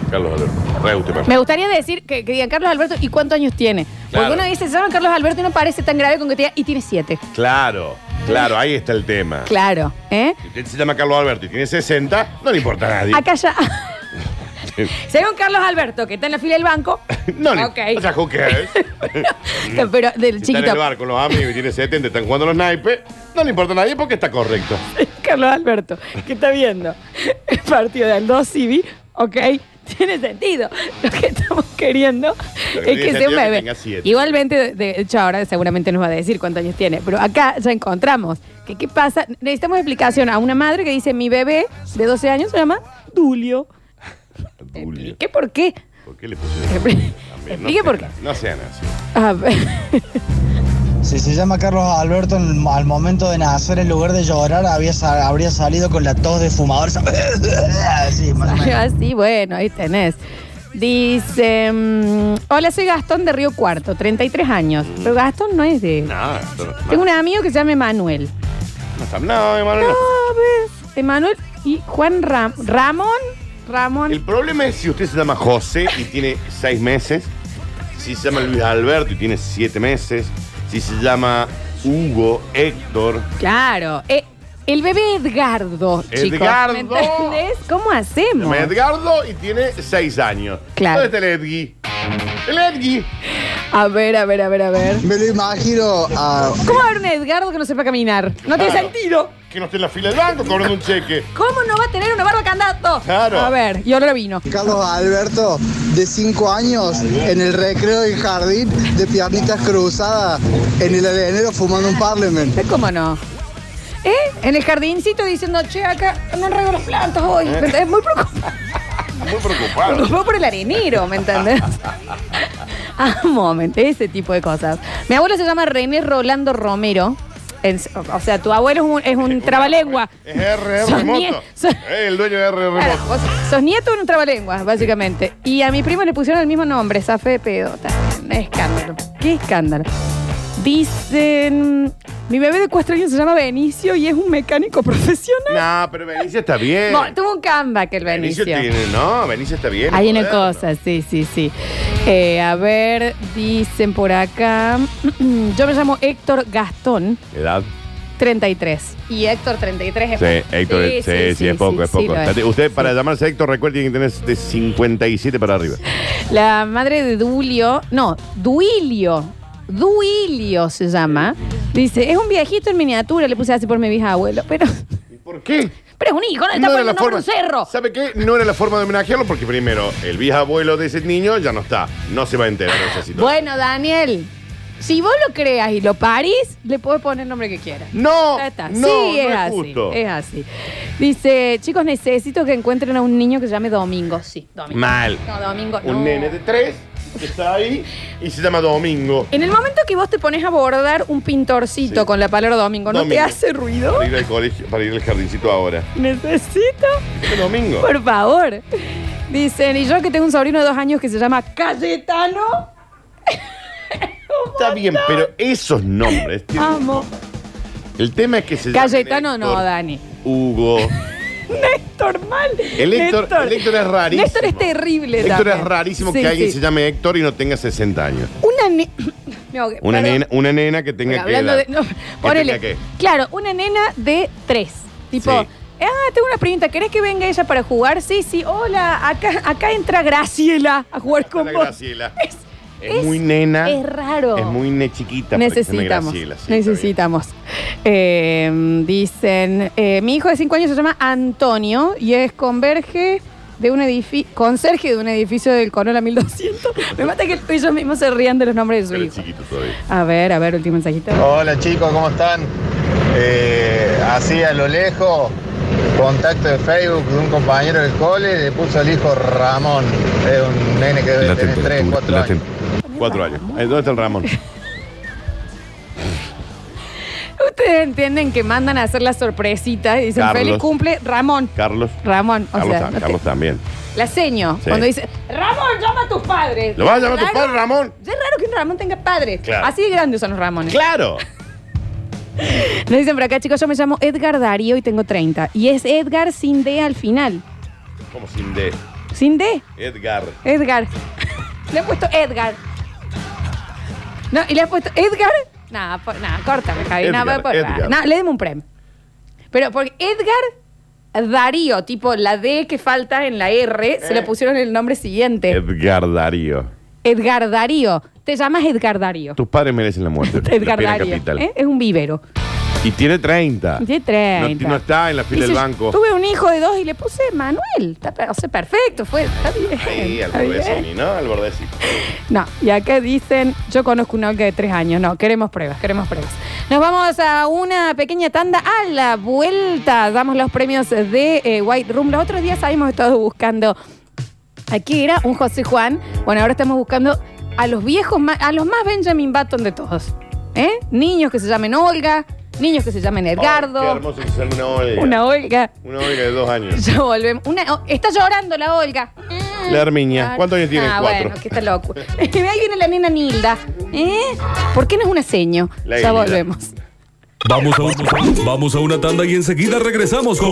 Speaker 2: Carlos Alberto. Re usted,
Speaker 1: Me gustaría decir que, que digan Carlos Alberto y cuántos años tiene. Porque
Speaker 2: Claro.
Speaker 1: uno dice, se llama Carlos Alberto y no parece tan grave con que te diga, y tiene siete.
Speaker 2: Claro, claro, ahí está el tema.
Speaker 1: Claro, ¿eh?
Speaker 2: Si usted se llama Carlos Alberto y tiene 60, no le importa a nadie.
Speaker 1: Acá ya. Según Carlos Alberto, que está en la fila del banco.
Speaker 2: No le
Speaker 1: Ok.
Speaker 2: O sea, who cares?
Speaker 1: Pero del
Speaker 2: Si está en
Speaker 1: chiquito.
Speaker 2: el bar con los amigos y tiene 70, están jugando los naipes, no le importa a nadie porque está correcto.
Speaker 1: Carlos Alberto, que está viendo el partido de Aldo Civi, ok, tiene sentido. Lo que estamos queriendo
Speaker 2: Lo que
Speaker 1: es que sea
Speaker 2: tiene
Speaker 1: un
Speaker 2: sentido es que
Speaker 1: bebé.
Speaker 2: tenga siete.
Speaker 1: Igualmente, de hecho, ahora seguramente nos va a decir cuántos años tiene, pero acá ya encontramos que qué pasa. Necesitamos explicación a una madre que dice: Mi bebé de 12 años se llama Dulio.
Speaker 2: Dulio.
Speaker 1: ¿Qué por qué?
Speaker 2: ¿Por qué le pusieron? También,
Speaker 1: Eh, Explique
Speaker 2: sean
Speaker 1: por qué.
Speaker 2: así. No sean así.
Speaker 1: A ver.
Speaker 13: Si se llama Carlos Alberto, en- al momento de nacer, en lugar de llorar, había sa- habría salido con la tos de fumador. Sí, más o menos.
Speaker 1: Así, Ah, bueno, ahí tenés. Dice, mm, hola, soy Gastón de Río Cuarto, 33 años. Pero Gastón no es de...
Speaker 2: No, esto no, no,
Speaker 1: Tengo un amigo que se llama Emanuel.
Speaker 2: no está- no, Emanuel, no.
Speaker 1: ¿Sabes? Emanuel y Juan Ram- Ramón. Ramón.
Speaker 2: El problema es si usted se llama José y tiene seis meses, si se llama Luis Alberto y tiene siete meses, si se llama Hugo, Héctor.
Speaker 1: Claro. eh, el bebé Edgardo, chicos.
Speaker 2: Edgardo.
Speaker 1: ¿Me entendés? ¿Cómo
Speaker 2: Se
Speaker 1: hacemos?
Speaker 2: llama Edgardo y tiene seis años.
Speaker 1: Claro.
Speaker 2: ¿Dónde está el Edgui? El Edgui.
Speaker 1: A ver, a ver, a ver, a ver.
Speaker 13: Me lo imagino a.
Speaker 1: ¿Cómo va a haber un Edgardo que no sepa caminar? No tiene
Speaker 2: Claro.
Speaker 1: sentido.
Speaker 2: Que no esté en la fila del banco cobrando un cheque.
Speaker 1: ¿Cómo no va a tener una barba candato?
Speaker 2: Claro.
Speaker 1: A ver, y ahora vino.
Speaker 13: Carlos Alberto, de 5 años, en el recreo del jardín, de piernitas cruzadas, en el arenero fumando un parliament.
Speaker 1: ¿Cómo ¿Eh? no? ¿Eh? En el jardincito diciendo, che, acá no rego las plantas hoy.
Speaker 2: ¿Eh?
Speaker 1: ¿Me entendés? Muy preocupado.
Speaker 2: Muy preocupado.
Speaker 1: Preocupado por el arenero, ¿me entendés? Amo, ¿me entendés? Ese tipo de cosas. Mi abuelo se llama René Rolando Romero. Es- o- o sea, tu abuelo es un, es un trabalengua.
Speaker 2: Es RR
Speaker 1: Son nie-
Speaker 2: Moto.
Speaker 1: son-
Speaker 2: Eh, el dueño de RR
Speaker 1: Claro,
Speaker 2: Moto.
Speaker 1: vos sos nieto de un trabalenguas, básicamente. Y a mi primo le pusieron el mismo nombre, Zafé de Pedo. Ta- Escándalo. Qué escándalo. Dicen. Mi bebé de cuatro años se llama Benicio y es un mecánico profesional.
Speaker 2: No, pero Benicio está bien.
Speaker 1: Bueno, tuvo un comeback el Eh. Benicio.
Speaker 2: Benicio tiene, no, Benicio está bien.
Speaker 1: Hay una
Speaker 2: moderno.
Speaker 1: cosa, sí, sí, sí. Eh, a ver, dicen por acá. Yo me llamo Héctor Gastón,
Speaker 2: Edad.
Speaker 1: 33. Y Héctor 33 es
Speaker 2: Sí,
Speaker 1: poco.
Speaker 2: Héctor, sí, sí, es poco, es
Speaker 1: Eh, sí,
Speaker 2: poco.
Speaker 1: lo
Speaker 2: Tate- Usted, para llamarse Héctor, recuerde que tiene que tener de 57 para arriba.
Speaker 1: La madre de Dulio, no, Duilio, Duilio se llama. Dice, es un viejito en miniatura, le puse así por mi vieja abuelo, pero...
Speaker 2: ¿Por qué?
Speaker 1: Pero es un hijo, no le Ah, está
Speaker 2: No era
Speaker 1: poniendo
Speaker 2: la
Speaker 1: nombre a
Speaker 2: forma.
Speaker 1: un cerro.
Speaker 2: ¿Sabe qué? No era la forma de homenajearlo porque primero, el bisabuelo de ese niño ya no está. No se va a enterar de esa situación.
Speaker 1: Bueno, Daniel, si vos lo creas y lo parís, le puedes poner el nombre que quieras.
Speaker 2: No,
Speaker 1: Ya está.
Speaker 2: no,
Speaker 1: sí,
Speaker 2: no
Speaker 1: es,
Speaker 2: es
Speaker 1: así,
Speaker 2: justo.
Speaker 1: es así. Dice, chicos, necesito que encuentren a un niño que se llame Domingo. Sí, Domingo.
Speaker 2: Mal.
Speaker 1: No, Domingo, no.
Speaker 2: Un nene de tres que está ahí y se llama Domingo.
Speaker 1: En el momento que vos te pones a bordar un pintorcito con la palabra domingo, ¿no te
Speaker 2: Domingo.
Speaker 1: hace ruido?
Speaker 2: Para ir al colegio, para ir al jardincito ahora.
Speaker 1: Necesito.
Speaker 2: Este domingo.
Speaker 1: Por favor. Dicen, y yo que tengo un sobrino de dos años que se llama Cayetano.
Speaker 2: Está bien, pero esos nombres. tienen-
Speaker 1: Amo.
Speaker 2: El tema es que se llama
Speaker 1: Ah. Cayetano no, Dani.
Speaker 2: Hugo.
Speaker 1: Néstor mal.
Speaker 2: El Héctor- el Héctor es rarísimo.
Speaker 1: Néstor es terrible.
Speaker 2: Héctor
Speaker 1: también.
Speaker 2: es rarísimo
Speaker 1: Sí,
Speaker 2: que alguien
Speaker 1: sí.
Speaker 2: se llame Héctor y no tenga 60 años.
Speaker 1: Una, ne- Me ahogué,
Speaker 2: Una,
Speaker 1: perdón.
Speaker 2: nena, una nena que tenga que.
Speaker 1: Hablando de.
Speaker 2: edad.
Speaker 1: no,
Speaker 2: tenga qué?
Speaker 1: ponele. Claro, una nena de tres. Tipo,
Speaker 2: Sí.
Speaker 1: ah, tengo una primita, ¿querés que venga ella para jugar? Sí, sí, hola, acá, acá entra Graciela a jugar con
Speaker 2: La
Speaker 1: vos.
Speaker 2: Graciela.
Speaker 1: Es,
Speaker 2: Es, muy nena.
Speaker 1: Es raro.
Speaker 2: Es muy ne chiquita. para que se llame
Speaker 1: Necesitamos.
Speaker 2: Graciela, sí, está bien.
Speaker 1: necesitamos. Eh, dicen, eh, mi hijo de 5 años se llama Antonio y es converge de un edificio, conserje de un edificio del Conola 1200. Me mata que ellos mismos se rían de los nombres de su hijo. A ver, a ver, último mensajito.
Speaker 14: Hola chicos, ¿cómo están? Eh, así a lo lejos, contacto de Facebook de un compañero del cole, le puso al hijo Ramón, es un nene que debe
Speaker 2: La
Speaker 14: tener 3,
Speaker 2: temperatura,
Speaker 14: 4
Speaker 2: la
Speaker 14: años.
Speaker 2: tem- Cuatro años. Eh, ¿Dónde está el Ramón?
Speaker 1: Ustedes entienden que mandan a hacer la sorpresita y dicen,
Speaker 2: Carlos.
Speaker 1: feliz cumple, Ramón.
Speaker 2: Carlos.
Speaker 1: Ramón, o
Speaker 2: Carlos,
Speaker 1: sea,
Speaker 2: tam-
Speaker 1: no te-
Speaker 2: Carlos también.
Speaker 1: la seño,
Speaker 2: Sí.
Speaker 1: cuando dice, Ramón, llama a tus padres.
Speaker 2: ¿Lo vas a llamar a
Speaker 1: Raro-
Speaker 2: tu padre, Ramón?
Speaker 1: Ya Es raro que un Ramón tenga padres.
Speaker 2: Claro.
Speaker 1: Así de grandes son los Ramones.
Speaker 2: ¡Claro!
Speaker 1: Nos dicen por acá, chicos, yo me llamo Edgar Darío y tengo 30. Y es Edgar sin D al final.
Speaker 2: Como sin D.
Speaker 1: Sin D,
Speaker 2: Edgar.
Speaker 1: Edgar. Le he puesto Edgar. No, y le he puesto Edgar. Nada, po- nada, córtame, Javi. Nada,
Speaker 2: Edgar,
Speaker 1: po-
Speaker 2: Edgar.
Speaker 1: nada, le demos un premio. Pero porque Edgar Darío, tipo la D que falta en la R, se
Speaker 2: Eh.
Speaker 1: le pusieron el nombre siguiente.
Speaker 2: Edgar Darío.
Speaker 1: Edgar Darío. Te llamas Edgar Darío.
Speaker 2: Tus padres merecen la muerte. La
Speaker 1: Edgar
Speaker 2: pena
Speaker 1: Darío.
Speaker 2: capital.
Speaker 1: ¿eh? Es un vívero.
Speaker 2: Y tiene 30.
Speaker 1: Tiene 30.
Speaker 2: No, no está en la
Speaker 1: Dice,
Speaker 2: fila del banco.
Speaker 1: Tuve un hijo de dos y le puse Manuel. Está pe- O sea, perfecto, fue. Está bien.
Speaker 2: Ahí, al
Speaker 1: está bien.
Speaker 2: bordecini, ¿no? Al bordecini.
Speaker 1: No, y acá dicen, yo conozco una Olga de tres años. No, queremos pruebas, queremos pruebas. Nos vamos a una pequeña tanda. A la vuelta damos los premios de eh, White Room. Los otros días habíamos estado buscando, aquí era un José Juan. Bueno, ahora estamos buscando a los viejos, más- a los más Benjamin Button de todos. ¿Eh? Niños que se llamen Olga, niños que se llamen Edgardo,
Speaker 2: Ay, Oh, qué hermoso que sea una Olga.
Speaker 1: una Olga.
Speaker 2: Una Olga de dos años.
Speaker 1: Ya volvemos. Una- oh, está llorando la Olga. Mm.
Speaker 2: La Herminia. ¿Cuántos años tiene?
Speaker 1: Ah,
Speaker 2: Cuatro.
Speaker 1: bueno, que está loco. Ahí viene la nena Nilda. ¿Eh? ¿Por qué no es una seño?
Speaker 3: La
Speaker 1: ya
Speaker 3: Nilda.
Speaker 1: volvemos.
Speaker 3: Vamos a, un- vamos a una tanda y enseguida regresamos con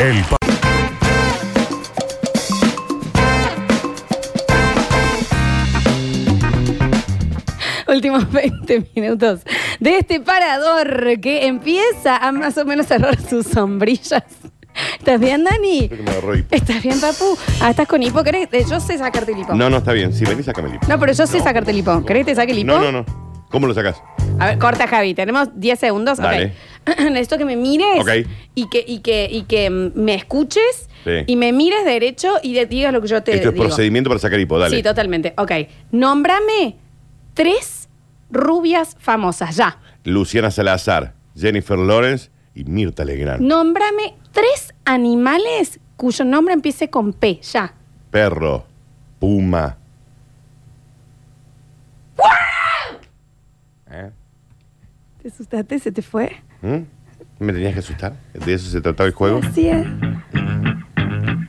Speaker 3: El Pa-
Speaker 1: Últimos 20 minutos de este parador que empieza a más o menos cerrar sus sombrillas. ¿Estás bien, Dani?
Speaker 2: Creo que me agarró hipo.
Speaker 1: ¿Estás bien, papu? Ah, ¿estás con hipo? ¿Querés? Eh, Yo sé sacarte el hipo.
Speaker 2: No, no, está bien. Sí, vení, sácame el hipo.
Speaker 1: No, pero yo sé sacarte el hipo. ¿Querés que te saque el hipo?
Speaker 2: No, no, no. ¿Cómo lo sacas?
Speaker 1: A ver, corta, Javi. Tenemos 10 segundos. Ok.
Speaker 2: Dale.
Speaker 1: Necesito que me mires
Speaker 2: Ok.
Speaker 1: y que, y que, y que mm, me escuches
Speaker 2: Sí.
Speaker 1: y me mires derecho y de- digas lo que yo te
Speaker 2: Esto es
Speaker 1: digo.
Speaker 2: procedimiento para sacar hipo. Dale.
Speaker 1: Sí, totalmente. Ok. Nómbrame tres rubias famosas. Ya.
Speaker 2: Luciana Salazar, Jennifer Lawrence y Mirta Legrand.
Speaker 1: Nómbrame tres animales cuyo nombre empiece con P, ya.
Speaker 2: Perro, puma. ¿Eh?
Speaker 1: ¿Te asustaste? ¿Se te fue?
Speaker 2: ¿Mm? ¿Me tenías que asustar? ¿De eso se trataba el juego?
Speaker 1: Así es.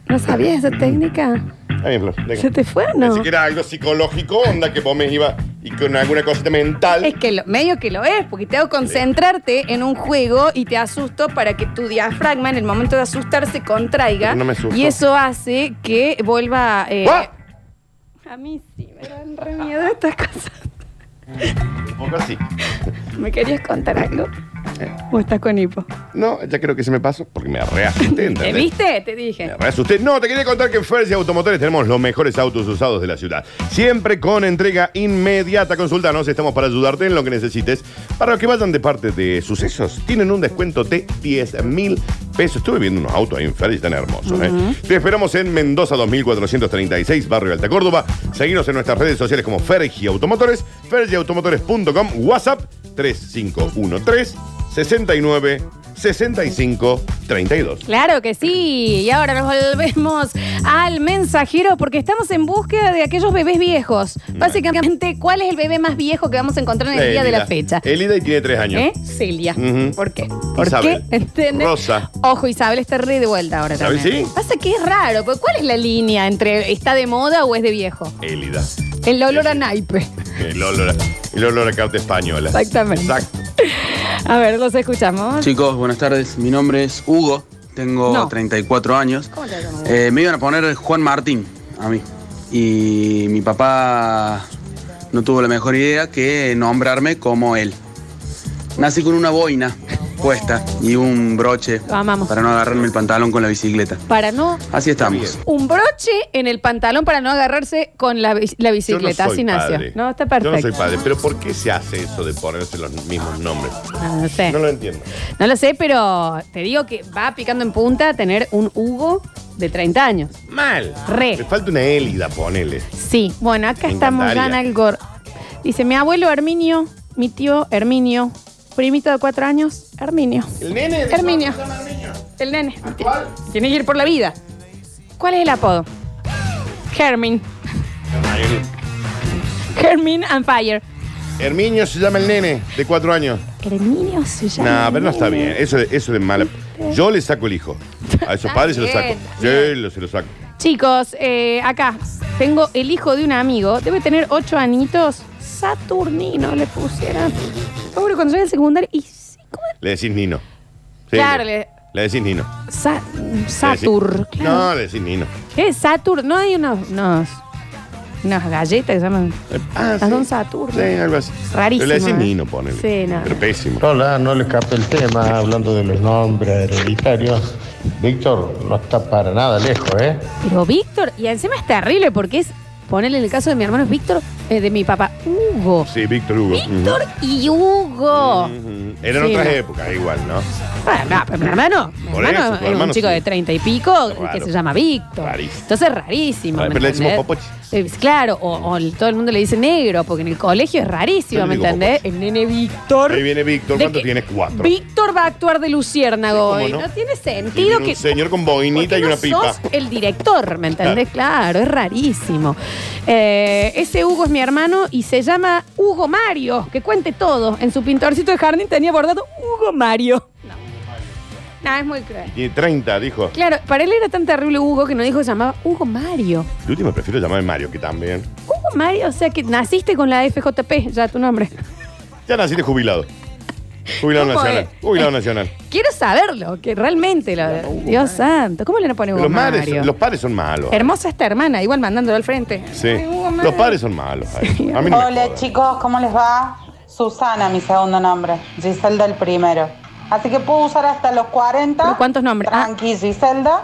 Speaker 1: ¿No sabías esa técnica?
Speaker 2: Está bien, Flor, venga.
Speaker 1: ¿Se te fue o no?
Speaker 2: Pensé que era algo psicológico, onda, que vos me iba y con alguna cosita mental.
Speaker 1: Es que lo- medio que lo es, porque te hago concentrarte en un juego y te asusto para que tu diafragma en el momento de asustar se contraiga.
Speaker 2: Pero no me asusto.
Speaker 1: Y eso hace que vuelva. eh,
Speaker 2: ¡Ah!
Speaker 1: A mí sí, me dan re miedo estas cosas.
Speaker 2: Un poco así.
Speaker 1: ¿Me querías contar algo?
Speaker 2: Eh.
Speaker 1: ¿O estás con hipo?
Speaker 2: No, ya creo que se me pasó porque me reasusté,
Speaker 1: ¿Te
Speaker 2: ¿entendés?
Speaker 1: viste? Te dije.
Speaker 2: Me asusté. No, te quería contar que en Fersia Automotores tenemos los mejores autos usados de la ciudad. Siempre con entrega inmediata. Consultanos, estamos para ayudarte en lo que necesites. Para los que vayan de parte de sucesos, tienen un descuento de 10 mil pesos. Estuve viendo unos autos ahí en Fersia, están hermosos. ¿eh?
Speaker 15: Ujú.
Speaker 2: Te esperamos en Mendoza 2436, Barrio Alta Córdoba. Seguinos en nuestras redes sociales como Fergia Automotores, fergiautomotores.com, WhatsApp 3513 69 65 32.
Speaker 1: Claro que sí. Y ahora nos volvemos al mensajero porque estamos en búsqueda de aquellos bebés viejos. Básicamente, ¿cuál es el bebé más viejo que vamos a encontrar en el día de la
Speaker 2: Elida.
Speaker 1: fecha?
Speaker 2: Elida y tiene tres años.
Speaker 1: ¿Eh? Celia.
Speaker 2: Ujú.
Speaker 1: ¿Por qué? ¿Por
Speaker 2: Isabel.
Speaker 1: qué? ¿Entendés?
Speaker 2: Rosa.
Speaker 1: Ojo, Isabel está re de vuelta ahora
Speaker 2: ¿Isabel
Speaker 1: también. ¿eh?
Speaker 2: sí?
Speaker 1: Pasa que es raro, porque ¿cuál es la línea entre está de moda o es de viejo?
Speaker 2: Elida.
Speaker 1: El olor a naipe.
Speaker 2: El olor a, el olor a carta española.
Speaker 1: Exactamente.
Speaker 2: Exacto.
Speaker 1: A ver, los escuchamos.
Speaker 16: Chicos, buenas tardes. Mi nombre es Hugo, tengo 34 años. Eh, me iban a poner Juan Martín a mí. Y mi papá no tuvo la mejor idea que nombrarme como él. Nací con una boina puesta y un broche
Speaker 1: Lo amamos.
Speaker 16: para no agarrarme el pantalón con la bicicleta.
Speaker 1: Para no
Speaker 16: Así estamos.
Speaker 1: un broche en el pantalón para no agarrarse con la, bici- la
Speaker 2: Yo no
Speaker 1: bicicleta.
Speaker 2: soy
Speaker 1: Así nació.
Speaker 2: padre.
Speaker 1: No, está perfecto.
Speaker 2: Yo no soy padre, pero ¿por qué se hace eso de ponerse los mismos nombres?
Speaker 1: No, no sé.
Speaker 2: No lo entiendo.
Speaker 1: No lo sé, pero te digo que va picando en punta tener un Hugo de 30 años.
Speaker 2: Mal.
Speaker 1: Re.
Speaker 2: Le falta una Elida, ponele.
Speaker 1: Sí, bueno, acá
Speaker 2: Me
Speaker 1: estamos
Speaker 2: encantaría.
Speaker 1: Gana el Gor. Dice, mi abuelo Herminio, mi tío Herminio, primito de cuatro años, Herminio.
Speaker 2: El nene.
Speaker 1: Herminio. El nene. Tiene que ir por la vida. ¿Cuál es el apodo? Hermin. Hermin and Fire.
Speaker 2: Herminio se llama el nene, de cuatro años.
Speaker 1: Herminio se
Speaker 2: No,
Speaker 1: llama.
Speaker 2: pero no está bien. Eso, de- eso es mala. Yo le saco el hijo. A esos padres se lo saco.
Speaker 1: bien,
Speaker 2: Yo lo- se lo saco.
Speaker 1: Chicos, eh, acá tengo el hijo de un amigo, debe tener ocho anitos. Saturnino le pusieron. Pobre cuando llega el secundario. Y
Speaker 2: Le decís Nino. Sí,
Speaker 1: claro,
Speaker 2: le,
Speaker 1: le-
Speaker 2: le decís Nino.
Speaker 1: Sa-
Speaker 2: Le decís-
Speaker 1: Satur. claro.
Speaker 2: No, le decís Nino.
Speaker 1: ¿Qué es Satur? No hay unos, unos- unas galletas que se llaman. las don Saturno.
Speaker 2: Ah, Sí, algo así.
Speaker 1: Rarísimo.
Speaker 2: Pero le decís
Speaker 1: ¿eh?
Speaker 2: Nino, ponele.
Speaker 1: Sí, no.
Speaker 2: Pero pésimo.
Speaker 15: Hola, no le escape el tema, hablando de los nombres hereditarios. Víctor no está para nada lejos, ¿eh?
Speaker 1: Pero Víctor, y encima es terrible porque es, ponerle el caso de mi hermano es Víctor, eh, de mi papá Hugo.
Speaker 2: Sí, Víctor Hugo.
Speaker 1: Víctor y Hugo.
Speaker 2: Ujú. Eran
Speaker 1: Sí,
Speaker 2: otras
Speaker 1: no.
Speaker 2: épocas, igual, ¿no?
Speaker 1: Ah, no, pero mi hermano, mi
Speaker 2: Por
Speaker 1: hermano
Speaker 2: eso, tu
Speaker 1: es un
Speaker 2: hermano
Speaker 1: chico
Speaker 2: sí.
Speaker 1: de treinta y pico que se llama Víctor.
Speaker 2: Rarísimo.
Speaker 1: Entonces es rarísimo.
Speaker 2: Pero
Speaker 1: ¿me
Speaker 2: le decimos
Speaker 1: entendés?
Speaker 2: popochi.
Speaker 1: Eh, Claro, o, o el- todo el mundo le dice negro, porque en el colegio es rarísimo,
Speaker 2: Yo le
Speaker 1: ¿me
Speaker 2: digo
Speaker 1: entendés? El nene Víctor.
Speaker 2: Ahí viene Víctor,
Speaker 1: ¿De
Speaker 2: ¿cuánto
Speaker 1: qué?
Speaker 2: tienes? Cuatro.
Speaker 1: Víctor va a actuar de luciérnago
Speaker 2: Sí,
Speaker 1: hoy.
Speaker 2: cómo
Speaker 1: No?
Speaker 2: no.
Speaker 1: tiene
Speaker 2: Y viene
Speaker 1: sentido
Speaker 2: un
Speaker 1: que.
Speaker 2: señor con boinita y
Speaker 1: no
Speaker 2: una pipa.
Speaker 1: sos el director, ¿me entendés? Claro, es rarísimo. Eh, ese Hugo es mi hermano y se llama Hugo Mario, que cuente todo. En su pintorcito de jardín tenía bordado Hugo Mario. No. No, es muy cruel.
Speaker 2: Tiene 30, dijo.
Speaker 1: Claro, para él era tan terrible Hugo que no dijo que se llamaba Hugo Mario.
Speaker 2: El último prefiero llamarme Mario, que también.
Speaker 1: Hugo Mario, o sea que naciste con la FJP, ya tu nombre.
Speaker 2: Ya naciste jubilado. Jubilado
Speaker 1: ¿Cómo
Speaker 2: nacional.
Speaker 1: es?
Speaker 2: Jubilado nacional.
Speaker 1: Quiero saberlo, que realmente lo. Dios santo, ¿cómo le no pone Hugo
Speaker 2: Los,
Speaker 1: Mario?
Speaker 2: madres, los padres son malos.
Speaker 1: Hermosa esta hermana, igual mandándolo al frente.
Speaker 2: Sí.
Speaker 1: Hugo Mario.
Speaker 2: Los padres son malos. a eso. A mí no me
Speaker 17: Hola chicos, ¿cómo les va? Susana, mi segundo nombre. Giselda el primero. Así que puedo usar hasta los 40.
Speaker 1: ¿Cuántos nombres? Ah.
Speaker 17: Tranqui, Giselda.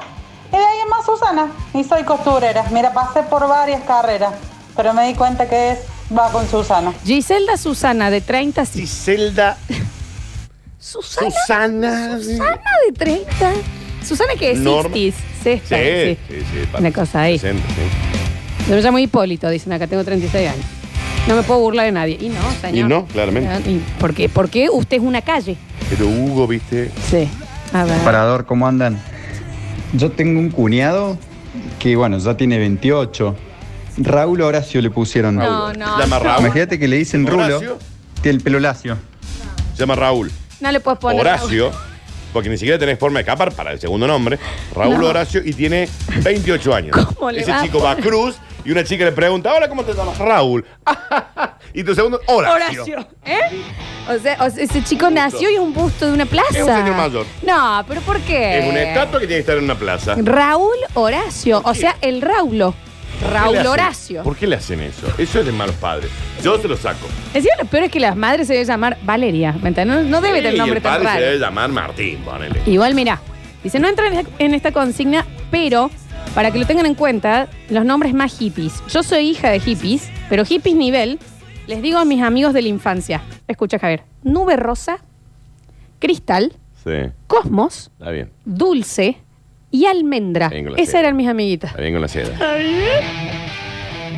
Speaker 17: Y de ahí en más Susana. Y soy costurera. Mira, pasé por varias carreras, pero me di cuenta que es va con Susana.
Speaker 1: Giselda Susana, de 30, sí.
Speaker 2: Giselda.
Speaker 1: Susana.
Speaker 2: Susana.
Speaker 1: de 30. Susana que es
Speaker 2: Norma.
Speaker 1: 60s. Sexta,
Speaker 2: Sí,
Speaker 1: sí.
Speaker 2: sí, sí. para
Speaker 1: Una cosa ahí.
Speaker 2: 60, sí.
Speaker 1: Yo me llamo Hipólito, dicen acá, tengo 36 años. No me puedo burlar de nadie. Y no, señor.
Speaker 2: Y no, claramente.
Speaker 1: ¿Y por qué? Porque usted es una calle.
Speaker 2: Pero Hugo, viste.
Speaker 1: Sí. A ver.
Speaker 7: Parador, ¿cómo andan? Yo tengo un cuñado que, bueno, ya tiene 28. Raúl Horacio le pusieron.
Speaker 1: No, no, Llama no. Raúl.
Speaker 7: Imagínate que le dicen Rulo.
Speaker 2: ¿Horacio?
Speaker 7: Tiene el pelo lacio.
Speaker 2: Se llama Raúl.
Speaker 1: No le puedes poner.
Speaker 2: Horacio. Porque ni siquiera tenés forma de escapar para el segundo nombre. Raúl
Speaker 1: No.
Speaker 2: Horacio y tiene 28 años.
Speaker 1: ¿Cómo le
Speaker 2: Ese
Speaker 1: va a
Speaker 2: chico va a Cruz y una chica le pregunta, hola, ¿cómo te llamas? Raúl. y tu segundo, Horacio.
Speaker 1: Horacio. ¿Eh? O sea, o sea, ese chico nació y es un busto de una plaza.
Speaker 2: Es un señor mayor.
Speaker 1: No, pero ¿por qué?
Speaker 2: Es una estatua que tiene que estar en una plaza.
Speaker 1: Eh. Raúl Horacio. O sea, el Raulo.
Speaker 2: ¿Por qué le
Speaker 1: Raúl
Speaker 2: hacen-
Speaker 1: Horacio.
Speaker 2: ¿Por qué le hacen eso? Eso es de malos padres. Yo se lo saco.
Speaker 1: Encima lo peor es que las madres se deben llamar Valeria. ¿me entiendes? No, no debe
Speaker 2: Sí,
Speaker 1: tener
Speaker 2: y
Speaker 1: nombre
Speaker 2: el padre
Speaker 1: tan
Speaker 2: se
Speaker 1: raro.
Speaker 2: debe llamar Martín, ponele.
Speaker 1: Igual, mira, dice, no entra en- en esta consigna, pero para que lo tengan en cuenta, los nombres más hippies. Yo soy hija de hippies, pero hippies nivel, les digo a mis amigos de la infancia. Escucha, Javier. Nube rosa, cristal,
Speaker 2: Sí,
Speaker 1: cosmos,
Speaker 2: está bien.
Speaker 1: dulce y almendra.
Speaker 2: Vengo la
Speaker 1: Esas
Speaker 2: seda.
Speaker 1: eran mis amiguitas.
Speaker 2: Está bien con la seda.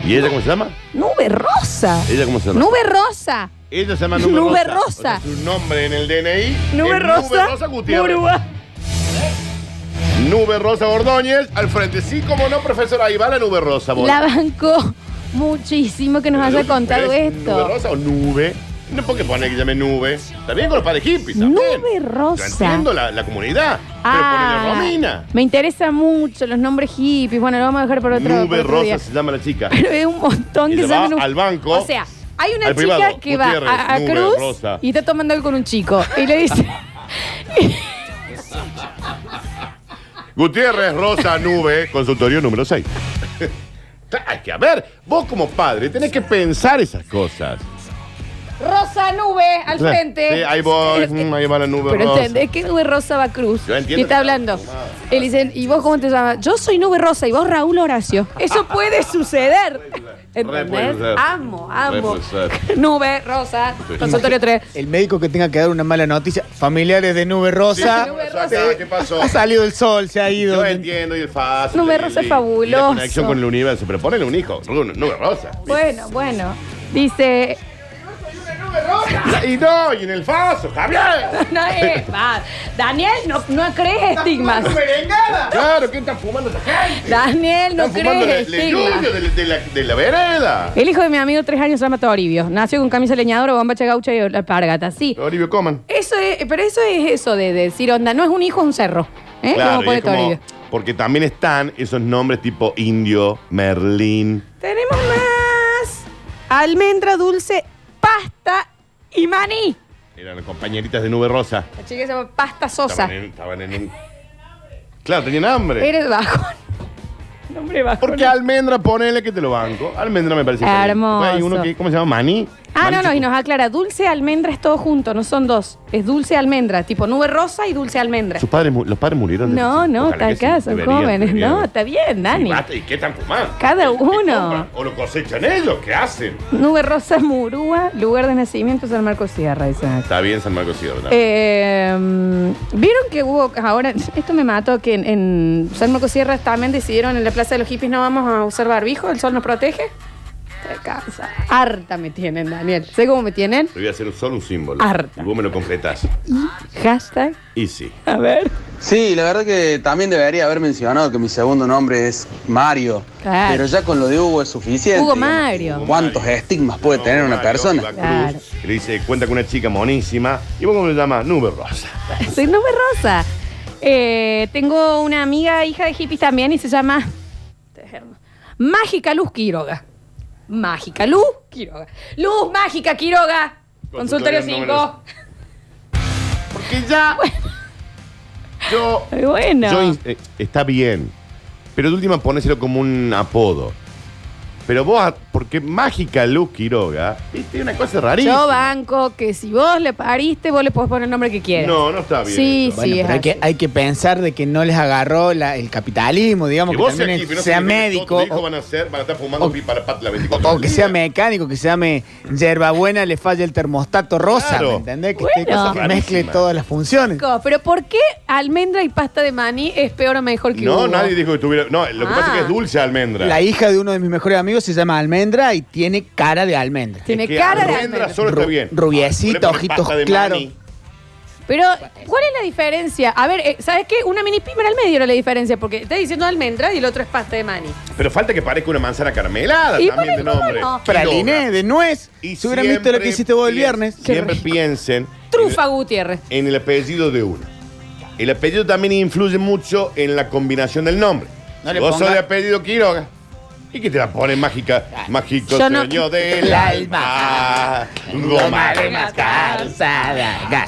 Speaker 2: ¿Y ella cómo se llama?
Speaker 1: Nube rosa.
Speaker 2: ¿Ella cómo se llama?
Speaker 1: Nube rosa.
Speaker 2: Ella se llama Nube,
Speaker 1: Nube
Speaker 2: Rosa.
Speaker 1: Rosa.
Speaker 2: O sea, su nombre en el DNI.
Speaker 1: Nube
Speaker 2: es
Speaker 1: rosa.
Speaker 2: Nube Rosa Gutiérrez.
Speaker 1: Murúa.
Speaker 2: Nube Rosa Ordóñez al frente. Sí, como no, profesora. Ahí va la Nube Rosa. vos.
Speaker 1: La bancó muchísimo que nos
Speaker 2: Pero
Speaker 1: haya
Speaker 2: yo,
Speaker 1: contado
Speaker 2: ¿es
Speaker 1: esto.
Speaker 2: ¿Nube Rosa o Nube? No porque pone que llame Nube. Está bien con los padres hippies también.
Speaker 1: Nube
Speaker 2: Yo
Speaker 1: rosa. Ah.
Speaker 2: entiendo la, la comunidad. Pero ponele Romina.
Speaker 1: me interesa mucho los nombres hippies. Bueno, lo vamos a dejar para otro,
Speaker 2: Nube
Speaker 1: para otro
Speaker 2: Rosa
Speaker 1: día.
Speaker 2: se llama la chica.
Speaker 1: Pero es un montón
Speaker 2: Ella
Speaker 1: que
Speaker 2: va
Speaker 1: saben un-
Speaker 2: al banco.
Speaker 1: O sea, hay una
Speaker 2: al
Speaker 1: chica
Speaker 2: privado,
Speaker 1: que va
Speaker 2: Gutiérrez,
Speaker 1: a, a
Speaker 2: Nube
Speaker 1: Cruz
Speaker 2: Rosa.
Speaker 1: y está tomando algo con un chico. Y le dice,
Speaker 2: Gutiérrez Rosa Nube, consultorio número 6. Hay que, a ver, vos como padre tenés que pensar esas cosas.
Speaker 1: Rosa Nube al
Speaker 2: Claro.
Speaker 1: frente.
Speaker 2: Sí, ahí voy, mm, ahí va la nube
Speaker 1: Pero
Speaker 2: rosa.
Speaker 1: entendés que Nube Rosa va a Cruz.
Speaker 2: Yo entiendo
Speaker 1: Y
Speaker 2: que
Speaker 1: está hablando. Y le dicen, ¿y vos cómo te llamas? Yo soy Nube Rosa y vos Raúl Horacio. Eso puede suceder.
Speaker 2: puede
Speaker 1: ¿Entendés?
Speaker 2: ser.
Speaker 1: Amo, amo.
Speaker 2: Re puede ser.
Speaker 1: Nube Rosa,
Speaker 2: Sí.
Speaker 1: consultorio 3.
Speaker 4: El médico que tenga que dar una mala noticia, familiares de Nube
Speaker 2: Sí,
Speaker 4: Rosa,
Speaker 2: Nube Rosa, ¿Qué pasó?
Speaker 4: ha salido el sol, se ha ido.
Speaker 2: Yo entiendo y el fácil.
Speaker 1: Nube
Speaker 2: y-
Speaker 1: Rosa es
Speaker 2: y- Y la
Speaker 1: fabuloso.
Speaker 2: conexión con el universo. Pero ponele un hijo. Bruno, Nube Rosa.
Speaker 1: Bueno, bueno. Dice.
Speaker 2: Y no, y en el faso, Javier.
Speaker 1: No, eh, va. Daniel, no, no crees estigmas.
Speaker 2: Claro, ¿qué están fumando esta gente?
Speaker 1: Daniel, no
Speaker 2: Están fumando
Speaker 1: crees
Speaker 2: el
Speaker 1: estigmas.
Speaker 2: lluvia de, de la, de la vereda.
Speaker 1: El hijo de mi amigo, tres años, se llama Toribio. Nació con camisa leñadora, bombacha gaucha y alpargata. Sí.
Speaker 2: Toribio, coman.
Speaker 1: Eso es, pero eso es eso de decir, onda, no es un hijo, es un cerro. ¿Eh?
Speaker 2: Claro,
Speaker 1: Como
Speaker 2: y
Speaker 1: pone
Speaker 2: es como-
Speaker 1: Toribio.
Speaker 2: porque también están esos nombres tipo indio, merlín.
Speaker 1: Tenemos más. Almendra dulce, pasta y maní.
Speaker 2: Eran compañeritas de Nube Rosa.
Speaker 1: La chica se llama pasta sosa.
Speaker 2: Estaban en, estaban en un... Claro, tenían hambre.
Speaker 1: Eres bajo. Nombre bajo.
Speaker 2: Porque almendra, ponele que te lo banco. Almendra me parece. está bien.
Speaker 1: Hermoso.
Speaker 2: Hay uno que, ¿cómo se llama? Maní.
Speaker 1: Ah,
Speaker 2: Maní
Speaker 1: no, no,
Speaker 2: chico.
Speaker 1: y nos aclara, dulce almendra es todo junto, no son dos. Es dulce almendra, tipo nube rosa y dulce almendra.
Speaker 2: Sus padres, mu- los padres murieron. de-
Speaker 1: No, no,
Speaker 2: Ojalá
Speaker 1: está
Speaker 2: que sí,
Speaker 1: acá, son
Speaker 2: deberían,
Speaker 1: jóvenes.
Speaker 2: deberían.
Speaker 1: No, está bien,
Speaker 2: Y
Speaker 1: Dani.
Speaker 2: basta, ¿Y qué están fumando?
Speaker 1: Cada
Speaker 2: ¿Qué
Speaker 1: uno.
Speaker 2: compran? ¿O lo cosechan ellos? ¿Qué hacen?
Speaker 1: Nube rosa Murúa, lugar de nacimiento San Marcos Sierra, exacto.
Speaker 2: Está bien San Marcos Sierra. ¿no?
Speaker 1: Eh, Vieron que hubo ahora, esto me mató, que en, en San Marcos Sierra también decidieron en la Plaza de los Hippies no vamos a usar barbijo, el sol nos protege. Te cansa. Harta me tienen, Daniel. ¿Sé cómo me tienen?
Speaker 2: Te voy a hacer solo un símbolo.
Speaker 1: Harta.
Speaker 2: Y vos me lo completás.
Speaker 1: Hashtag.
Speaker 2: Y sí.
Speaker 1: A ver.
Speaker 16: Sí, la verdad que también debería haber mencionado que mi segundo nombre es Mario.
Speaker 1: Claro.
Speaker 16: Pero ya con lo de Hugo es suficiente.
Speaker 1: Hugo Mario.
Speaker 16: ¿Cuántos estigmas puede tener una persona?
Speaker 1: Claro.
Speaker 2: Le dice, cuenta con una chica monísima. ¿Y vos cómo le llamas? Nube Rosa.
Speaker 1: Soy nube rosa. Eh, tengo una amiga, hija de hippies también, y se llama Mágica Luz Quiroga. Mágica Luz Quiroga. Luz Mágica Quiroga. Consultorio
Speaker 2: Consultorio
Speaker 1: 5.
Speaker 2: número- Porque ya. Yo.
Speaker 1: Bueno.
Speaker 2: Yo in- eh, está bien. Pero de última ponéselo como un apodo. Pero vos, a- porque mágica Luz Quiroga, viste, una cosa rarísima.
Speaker 1: Yo banco que si vos le pariste, vos le podés poner el nombre que quieras.
Speaker 2: No, no está bien
Speaker 1: Sí,
Speaker 2: eso.
Speaker 1: sí. es
Speaker 4: Bueno, pero hay que,
Speaker 1: así.
Speaker 4: hay que pensar de que no les agarró la- el capitalismo, digamos,
Speaker 2: Que
Speaker 4: que
Speaker 2: vos
Speaker 4: también
Speaker 2: seas hippie, no
Speaker 4: sea
Speaker 2: significa que
Speaker 4: médico
Speaker 2: todos tus hijos
Speaker 4: o,
Speaker 2: van a ser, van a estar fumando pipa la pat la 24
Speaker 4: o que sea mecánico, que se llame hierbabuena, le falle el termostato rosa,
Speaker 2: Claro.
Speaker 4: ¿me entendés? Que,
Speaker 1: Bueno.
Speaker 4: esté- que se mezcle
Speaker 2: Rarísima.
Speaker 4: todas las funciones.
Speaker 1: Chicos, Pero ¿por qué almendra y pasta de maní es peor o mejor que
Speaker 2: No,
Speaker 1: Hugo?
Speaker 2: nadie dijo que tuviera. No, lo que pasa es que
Speaker 1: Ah.
Speaker 2: es dulce almendra.
Speaker 4: La hija de uno de mis mejores amigos se llama Almendra y tiene cara de almendra.
Speaker 1: Tiene
Speaker 2: que
Speaker 1: cara de
Speaker 2: almendra
Speaker 1: almendra.
Speaker 2: solo está bien.
Speaker 4: Rubiecita,
Speaker 2: Puede poner
Speaker 4: ojitos
Speaker 2: pasta de
Speaker 4: claros.
Speaker 2: maní.
Speaker 1: Pero, ¿cuál es la diferencia? A ver, eh, ¿sabes qué? Una mini pimer al medio era la diferencia, porque está diciendo almendra y el otro es pasta de maní.
Speaker 2: Pero falta que parezca una manzana carmelada
Speaker 1: Y
Speaker 2: también de
Speaker 1: bueno,
Speaker 2: nombre.
Speaker 1: no.
Speaker 4: Praliné de nuez.
Speaker 2: Y
Speaker 4: Si hubieran visto lo que hiciste vos el viernes.
Speaker 2: Siempre piensen
Speaker 1: Trufa Gutiérrez.
Speaker 2: en el apellido de uno. El apellido también influye mucho en la combinación del nombre.
Speaker 5: No le
Speaker 2: vos
Speaker 5: ponga-
Speaker 2: sos de apellido Quiroga. ¿Y que te la pone mágica? Mágico
Speaker 5: Yo no-
Speaker 2: sueño del
Speaker 5: El
Speaker 2: alma. Goma de mascar.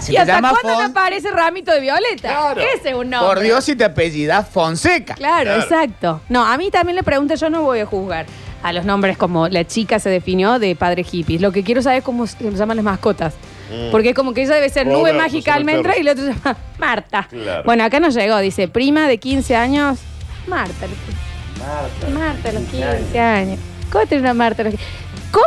Speaker 1: ¿Y hasta cuándo te aparece ramito de violeta? Ese es un nombre.
Speaker 4: Por Dios, si te apellidas Fonseca.
Speaker 1: Claro, exacto. No, a mí también le pregunta, yo no voy a juzgar a los nombres como la chica se definió de padre hippies. Lo que quiero saber es cómo se llaman las mascotas.
Speaker 18: Mm.
Speaker 1: Porque es como que ella debe ser nube
Speaker 18: Robert,
Speaker 1: mágica
Speaker 18: pues, el
Speaker 1: almendra
Speaker 18: perro.
Speaker 1: y el otro se llama Marta.
Speaker 18: Claro.
Speaker 1: Bueno, acá nos llegó, dice, prima de 15 años, Marta. Marta, a los 15 años. ¿Cómo tiene una Marta? a los 15? ¿Cómo?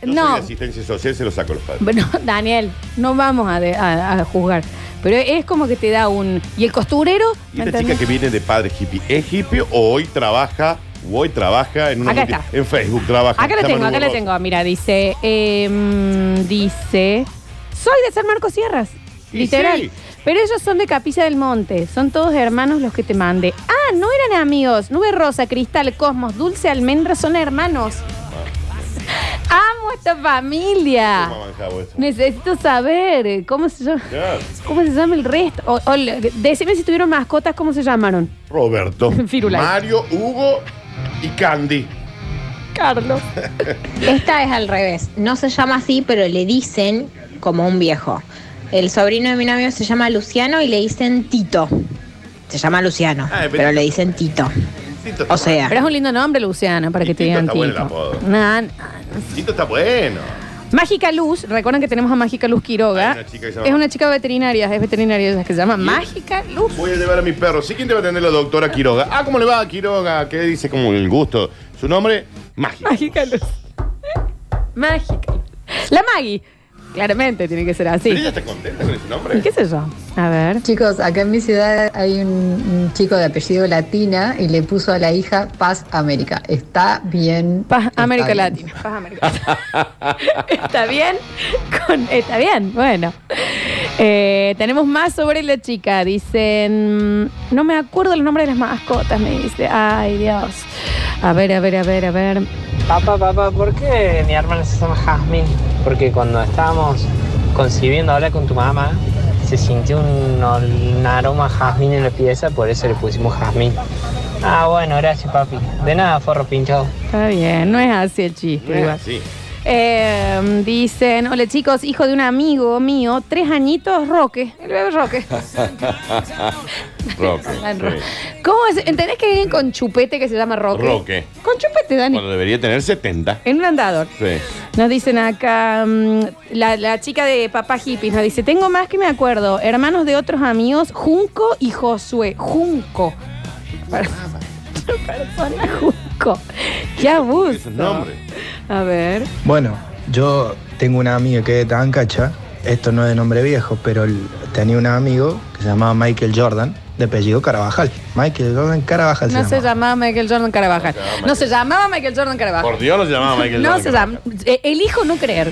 Speaker 2: Yo soy
Speaker 1: No,
Speaker 2: de asistencia social se lo saco a los padres.
Speaker 1: bueno, Daniel, no vamos a, de- a- a juzgar. Pero es como que te da un... ¿Y el costurero?
Speaker 2: ¿Y
Speaker 1: ¿Me
Speaker 2: esta
Speaker 1: entendés?
Speaker 2: chica que viene de padre hippie es hippie o hoy trabaja, o hoy trabaja en una
Speaker 1: Acá
Speaker 2: multi-
Speaker 1: está.
Speaker 2: en Facebook trabaja?
Speaker 1: Acá la
Speaker 2: Está
Speaker 1: tengo,
Speaker 2: Manu
Speaker 1: acá la
Speaker 2: Borroso.
Speaker 1: tengo. Mira, dice, em, dice, soy de San Marcos Sierras,
Speaker 2: Y
Speaker 1: literal.
Speaker 2: sí.
Speaker 1: Pero ellos son de Capilla del Monte, son todos hermanos los que te mandé. Ah, no eran amigos. Nube Rosa, Cristal, Cosmos, Dulce, Almendra son hermanos. Amo esta familia.
Speaker 2: ¿Cómo manjaba eso?
Speaker 1: Necesito saber eh, cómo se llama,
Speaker 2: Claro.
Speaker 1: cómo se llama el resto. O- o le- decime si tuvieron mascotas, cómo se llamaron.
Speaker 2: Roberto,
Speaker 1: Firulais.
Speaker 2: Mario, Hugo y Candy.
Speaker 1: Carlos.
Speaker 19: Esta es al revés. No se llama así, pero le dicen como un viejo. El sobrino de mi novio se llama Luciano y le dicen Tito. Se llama Luciano,
Speaker 1: Ah,
Speaker 19: pero le dicen Tito. O sea,
Speaker 1: Pero es un lindo nombre, Luciana, para que te
Speaker 2: Tito
Speaker 1: digan
Speaker 2: está bueno el
Speaker 1: Tito.
Speaker 2: apodo.
Speaker 1: Nah, nah.
Speaker 2: Tito está bueno.
Speaker 1: Mágica Luz, recuerden que tenemos a Mágica Luz Quiroga.
Speaker 2: Hay una chica que se llama-
Speaker 1: es una chica veterinaria, es veterinaria ella, que se llama Mágica Luz.
Speaker 2: Voy a llevar a mi perro. Sí, ¿quién te va a atender la doctora Quiroga? Ah, ¿cómo le va a Quiroga? ¿Qué dice? Como el gusto. Su nombre, Mágica.
Speaker 1: Mágica Luz. Mágica. La Maggie. Claramente tiene que ser
Speaker 2: ¿Pero ella
Speaker 1: así.
Speaker 2: está contenta con ese nombre?
Speaker 1: ¿Qué sé yo? A ver.
Speaker 20: Chicos, acá en mi ciudad hay un, un chico de apellido Latina y le puso a la hija Paz América. Está bien.
Speaker 1: Paz
Speaker 20: está
Speaker 1: América
Speaker 20: bien.
Speaker 1: Latina. Paz América. ¿Está bien? Con- está bien, bueno. Eh, tenemos más sobre la chica. Dicen. No me acuerdo el nombre de las mascotas, me dice. Ay, Dios. A ver, a ver, a ver, a ver.
Speaker 21: Papá, papá, ¿por qué mi hermana se llama Jasmine? Porque cuando estábamos concibiendo ahora con tu mamá, se sintió un, ol- un aroma a jazmín en la pieza, por eso le pusimos jazmín. Ah, bueno, gracias, papi. De nada, forro pinchado.
Speaker 1: Está bien, no es así el chiste. igual.
Speaker 21: Sí.
Speaker 1: Eh, dicen, hola chicos, hijo de un amigo mío, tres añitos, Roque, el bebé Roque.
Speaker 2: Roque.
Speaker 1: Roque.
Speaker 2: sí.
Speaker 1: ¿Cómo es? ¿Entendés que hay alguien con chupete que se llama Roque?
Speaker 2: Roque.
Speaker 1: Con chupete, Dani.
Speaker 2: Cuando debería tener 70.
Speaker 1: En un andador.
Speaker 2: Sí.
Speaker 1: Nos dicen acá, mm, la, la chica de Papá Hippies nos dice, tengo más que me acuerdo, hermanos de otros amigos, Junco y Josué. Junco. Per- Persona Junco. Qué abuso. A ver.
Speaker 22: Bueno, yo tengo una amiga que es de Tancacha, esto no es de nombre viejo, pero el- tenía un amigo que se llamaba Michael Jordan, de apellido Carabajal. Michael Jordan Carabajal se
Speaker 1: No se
Speaker 22: llama.
Speaker 1: llamaba Michael Jordan Carabajal. No se llamaba Michael Jordan Carabajal.
Speaker 2: Por Dios no se llamaba Michael
Speaker 1: Ah. No
Speaker 2: Jordan.
Speaker 1: se llama. eh, Elijo no creer.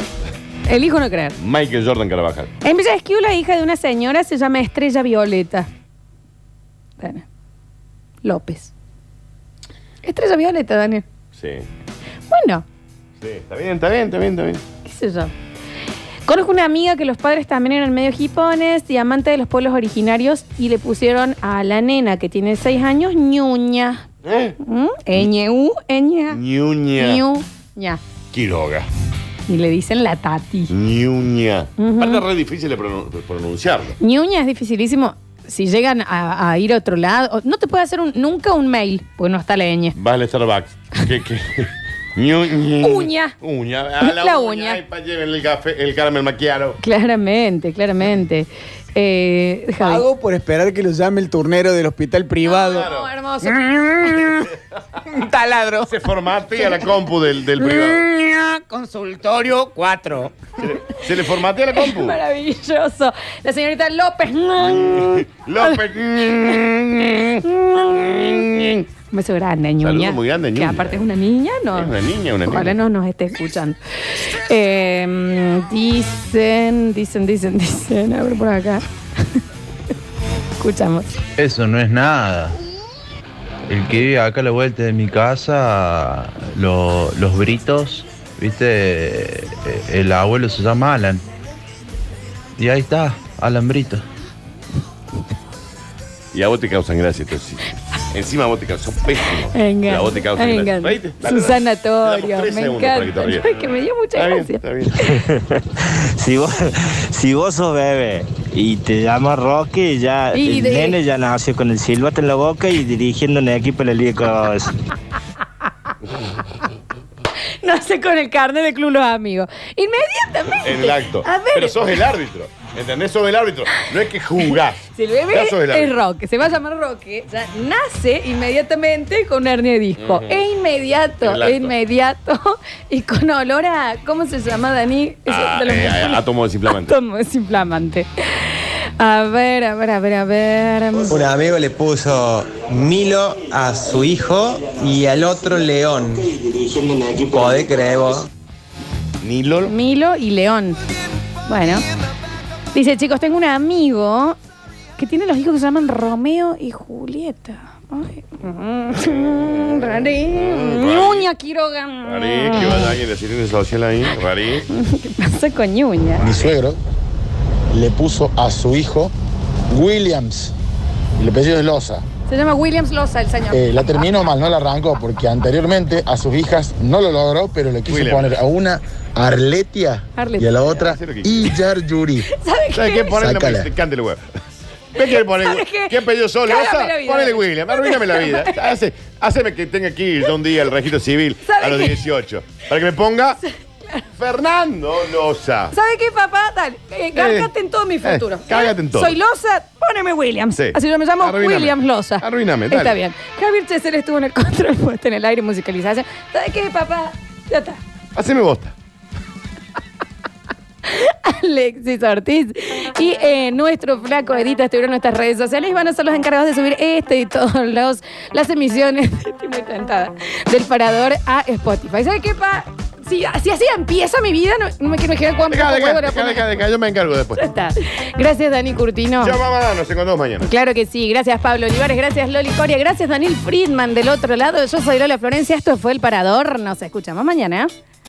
Speaker 1: Elijo no creer.
Speaker 2: Michael Jordan Carabajal.
Speaker 1: En Villa Esquiú, la hija de una señora se llama Estrella Violeta. Bueno. López. Estrella Violeta, Daniel.
Speaker 2: Sí.
Speaker 1: Bueno,
Speaker 2: Sí. Está bien, está bien, está bien, está bien.
Speaker 1: qué sé yo. Conozco una amiga que los padres también eran medio hipones y amante de los pueblos originarios y le pusieron a la nena que tiene seis años, ñuña. ¿Mm?
Speaker 2: ¿Eh?
Speaker 1: Ah. Ñu, ña.
Speaker 2: Ñuña.
Speaker 1: Ñuña.
Speaker 2: Quiroga.
Speaker 1: Y le dicen la tati.
Speaker 2: Ñuña.
Speaker 1: Ujú.
Speaker 2: Aparte es re difícil de pronun- pronunciarlo.
Speaker 1: Ñuña es dificilísimo. Si llegan a, a ir a otro lado, o- no te puede hacer un- nunca un mail, pues no está la ñ.
Speaker 2: Vas al Starbucks. ¿Qué, qué? Ñuña.
Speaker 1: Uña.
Speaker 2: Uña. A la,
Speaker 1: La uña.
Speaker 2: uña. Ay, pa, llévenle el café, el caramel maquiaro.
Speaker 1: Claramente, claramente. Eh, Javi.
Speaker 4: Pago por esperar que lo llame el turnero del hospital privado.
Speaker 1: Oh, hermoso.
Speaker 2: Un taladro. Se formatea la compu del, del privado.
Speaker 5: Consultorio 4.
Speaker 1: Mm.
Speaker 2: Se le formatea la compu.
Speaker 1: Maravilloso. La señorita López.
Speaker 2: López.
Speaker 1: Un beso grande, ñuña.
Speaker 2: Saludo muy grande,
Speaker 1: Que
Speaker 2: Ñuña.
Speaker 1: aparte es una niña, ¿no?
Speaker 2: Es una niña, una
Speaker 1: Ojalá
Speaker 2: niña.
Speaker 1: no nos esté escuchando. Em, Eh, dicen, dicen, dicen, dicen. A ver por acá. escuchamos.
Speaker 7: Eso no es nada. El que vive acá a la vuelta de mi casa, lo- los britos, viste, Eh, el abuelo se llama Alan. Y ahí está, Alan Brito.
Speaker 2: Y a vos te causan gracia, estos sí. Encima a vos te causan, son pésimos.
Speaker 1: Venga.
Speaker 2: Y a vos te causan
Speaker 1: Venga.
Speaker 2: gracia. ¿Viste? Dale, dale.
Speaker 1: Susana Torio,
Speaker 2: tres
Speaker 1: me
Speaker 2: segundos para que te
Speaker 1: encanta.
Speaker 2: rías.
Speaker 1: Ay, que me dio mucha gracia.
Speaker 8: si, vos, si vos sos bebé y te llamas Rocky, ya
Speaker 1: Y
Speaker 8: el
Speaker 1: de-
Speaker 8: nene ya nació con el silbato en la boca y dirigiendo un equipo en la Liga Cos.
Speaker 1: No sé con el carnet de club los amigos. Inmediatamente.
Speaker 2: En el acto.
Speaker 1: A ver.
Speaker 2: Pero sos el árbitro. ¿Entendés? Sos el árbitro. No es que jugás.
Speaker 1: Si el bebé
Speaker 2: Ya sos el
Speaker 1: es
Speaker 2: árbitro.
Speaker 1: Roque, se va a llamar Roque, ya nace inmediatamente con una hernia de disco.
Speaker 2: Ujú.
Speaker 1: Es inmediato,
Speaker 2: Exacto.
Speaker 1: inmediato. Y con olor a. ¿Cómo se llama, Dani? Eso
Speaker 2: Ah,
Speaker 1: te lo
Speaker 2: eh,
Speaker 1: pongo.
Speaker 2: átomo desinflamante.
Speaker 1: Átomo desinflamante. A ver, a ver, a ver, a ver.
Speaker 23: Un amigo le puso Milo a su hijo y al otro León. Podés creer vos.
Speaker 2: Milo.
Speaker 1: Milo y León. Bueno. Dice, chicos, tengo un amigo que tiene los hijos que se llaman Romeo y Julieta. Ay.
Speaker 9: Eh,
Speaker 1: Mm, Rarí. Nuña Quiroga.
Speaker 2: Rarí,
Speaker 1: Ah.
Speaker 2: que vaya alguien de Ciencia Social ahí. Rarí.
Speaker 1: ¿Qué pasa con Ñuña?
Speaker 9: Mi suegro le puso a su hijo Williams. El apellido es Loza.
Speaker 1: Se llama Williams Loza, el señor.
Speaker 9: Eh, la terminó mal, no la arrancó, porque anteriormente a sus hijas no lo logró, pero le quiso
Speaker 2: William.
Speaker 9: poner a una Arletia,
Speaker 1: Arletia.
Speaker 9: y a la otra
Speaker 2: Hace lo que
Speaker 9: Iyar Yuri.
Speaker 1: ¿Sabes
Speaker 2: ¿Sabes qué? Ponele pues,
Speaker 9: Sácala.
Speaker 2: nombre, cántele, huevo. ¿Qué quiere poner?
Speaker 1: ¿Sabes qué?
Speaker 2: ¿Qué pedido solo?
Speaker 1: Cágame
Speaker 2: Osa?
Speaker 1: la vida.
Speaker 2: Ponele William, arruíname la vida. Hace, haceme que tenga que ir yo un día al registro civil
Speaker 1: ¿Sabes
Speaker 2: a los
Speaker 1: qué?
Speaker 2: 18. Para que me ponga Fernando Loza.
Speaker 1: ¿Sabes qué, papá? Dale, eh, cárgate en todo mi futuro.
Speaker 2: eh, cágate en todo.
Speaker 1: Soy Loza, poneme Williams.
Speaker 2: Sí.
Speaker 1: Así yo me llamo
Speaker 2: Arruiname.
Speaker 1: Williams Loza.
Speaker 2: Arruiname, dale.
Speaker 1: Está bien. Javier Cheser estuvo en el control puesto en el aire y musicalización. ¿Sabes qué, papá? Ya está.
Speaker 2: Haceme bosta.
Speaker 1: Alexis Ortiz y eh, nuestro flaco Edita estuvieron en nuestras redes sociales y van a ser los encargados de subir este y todos los las emisiones estoy muy tentada, del parador a Spotify. ¿Sabes qué, pa? Si, si así empieza mi vida, no, no me quiero imaginar cuánto
Speaker 2: Deja,
Speaker 1: huevo le
Speaker 2: deja, deja,
Speaker 1: voy a
Speaker 2: deja,
Speaker 1: poner.
Speaker 2: deja, yo me encargo después.
Speaker 1: Ya está. Gracias, Dani Curtino.
Speaker 2: Chao, mamá, nos encontramos mañana.
Speaker 1: Claro que sí, gracias Pablo Olivares, gracias Loli Coria, gracias Daniel Friedman del otro lado. Yo soy Lola Florencia, esto fue El Parador. Nos escuchamos mañana.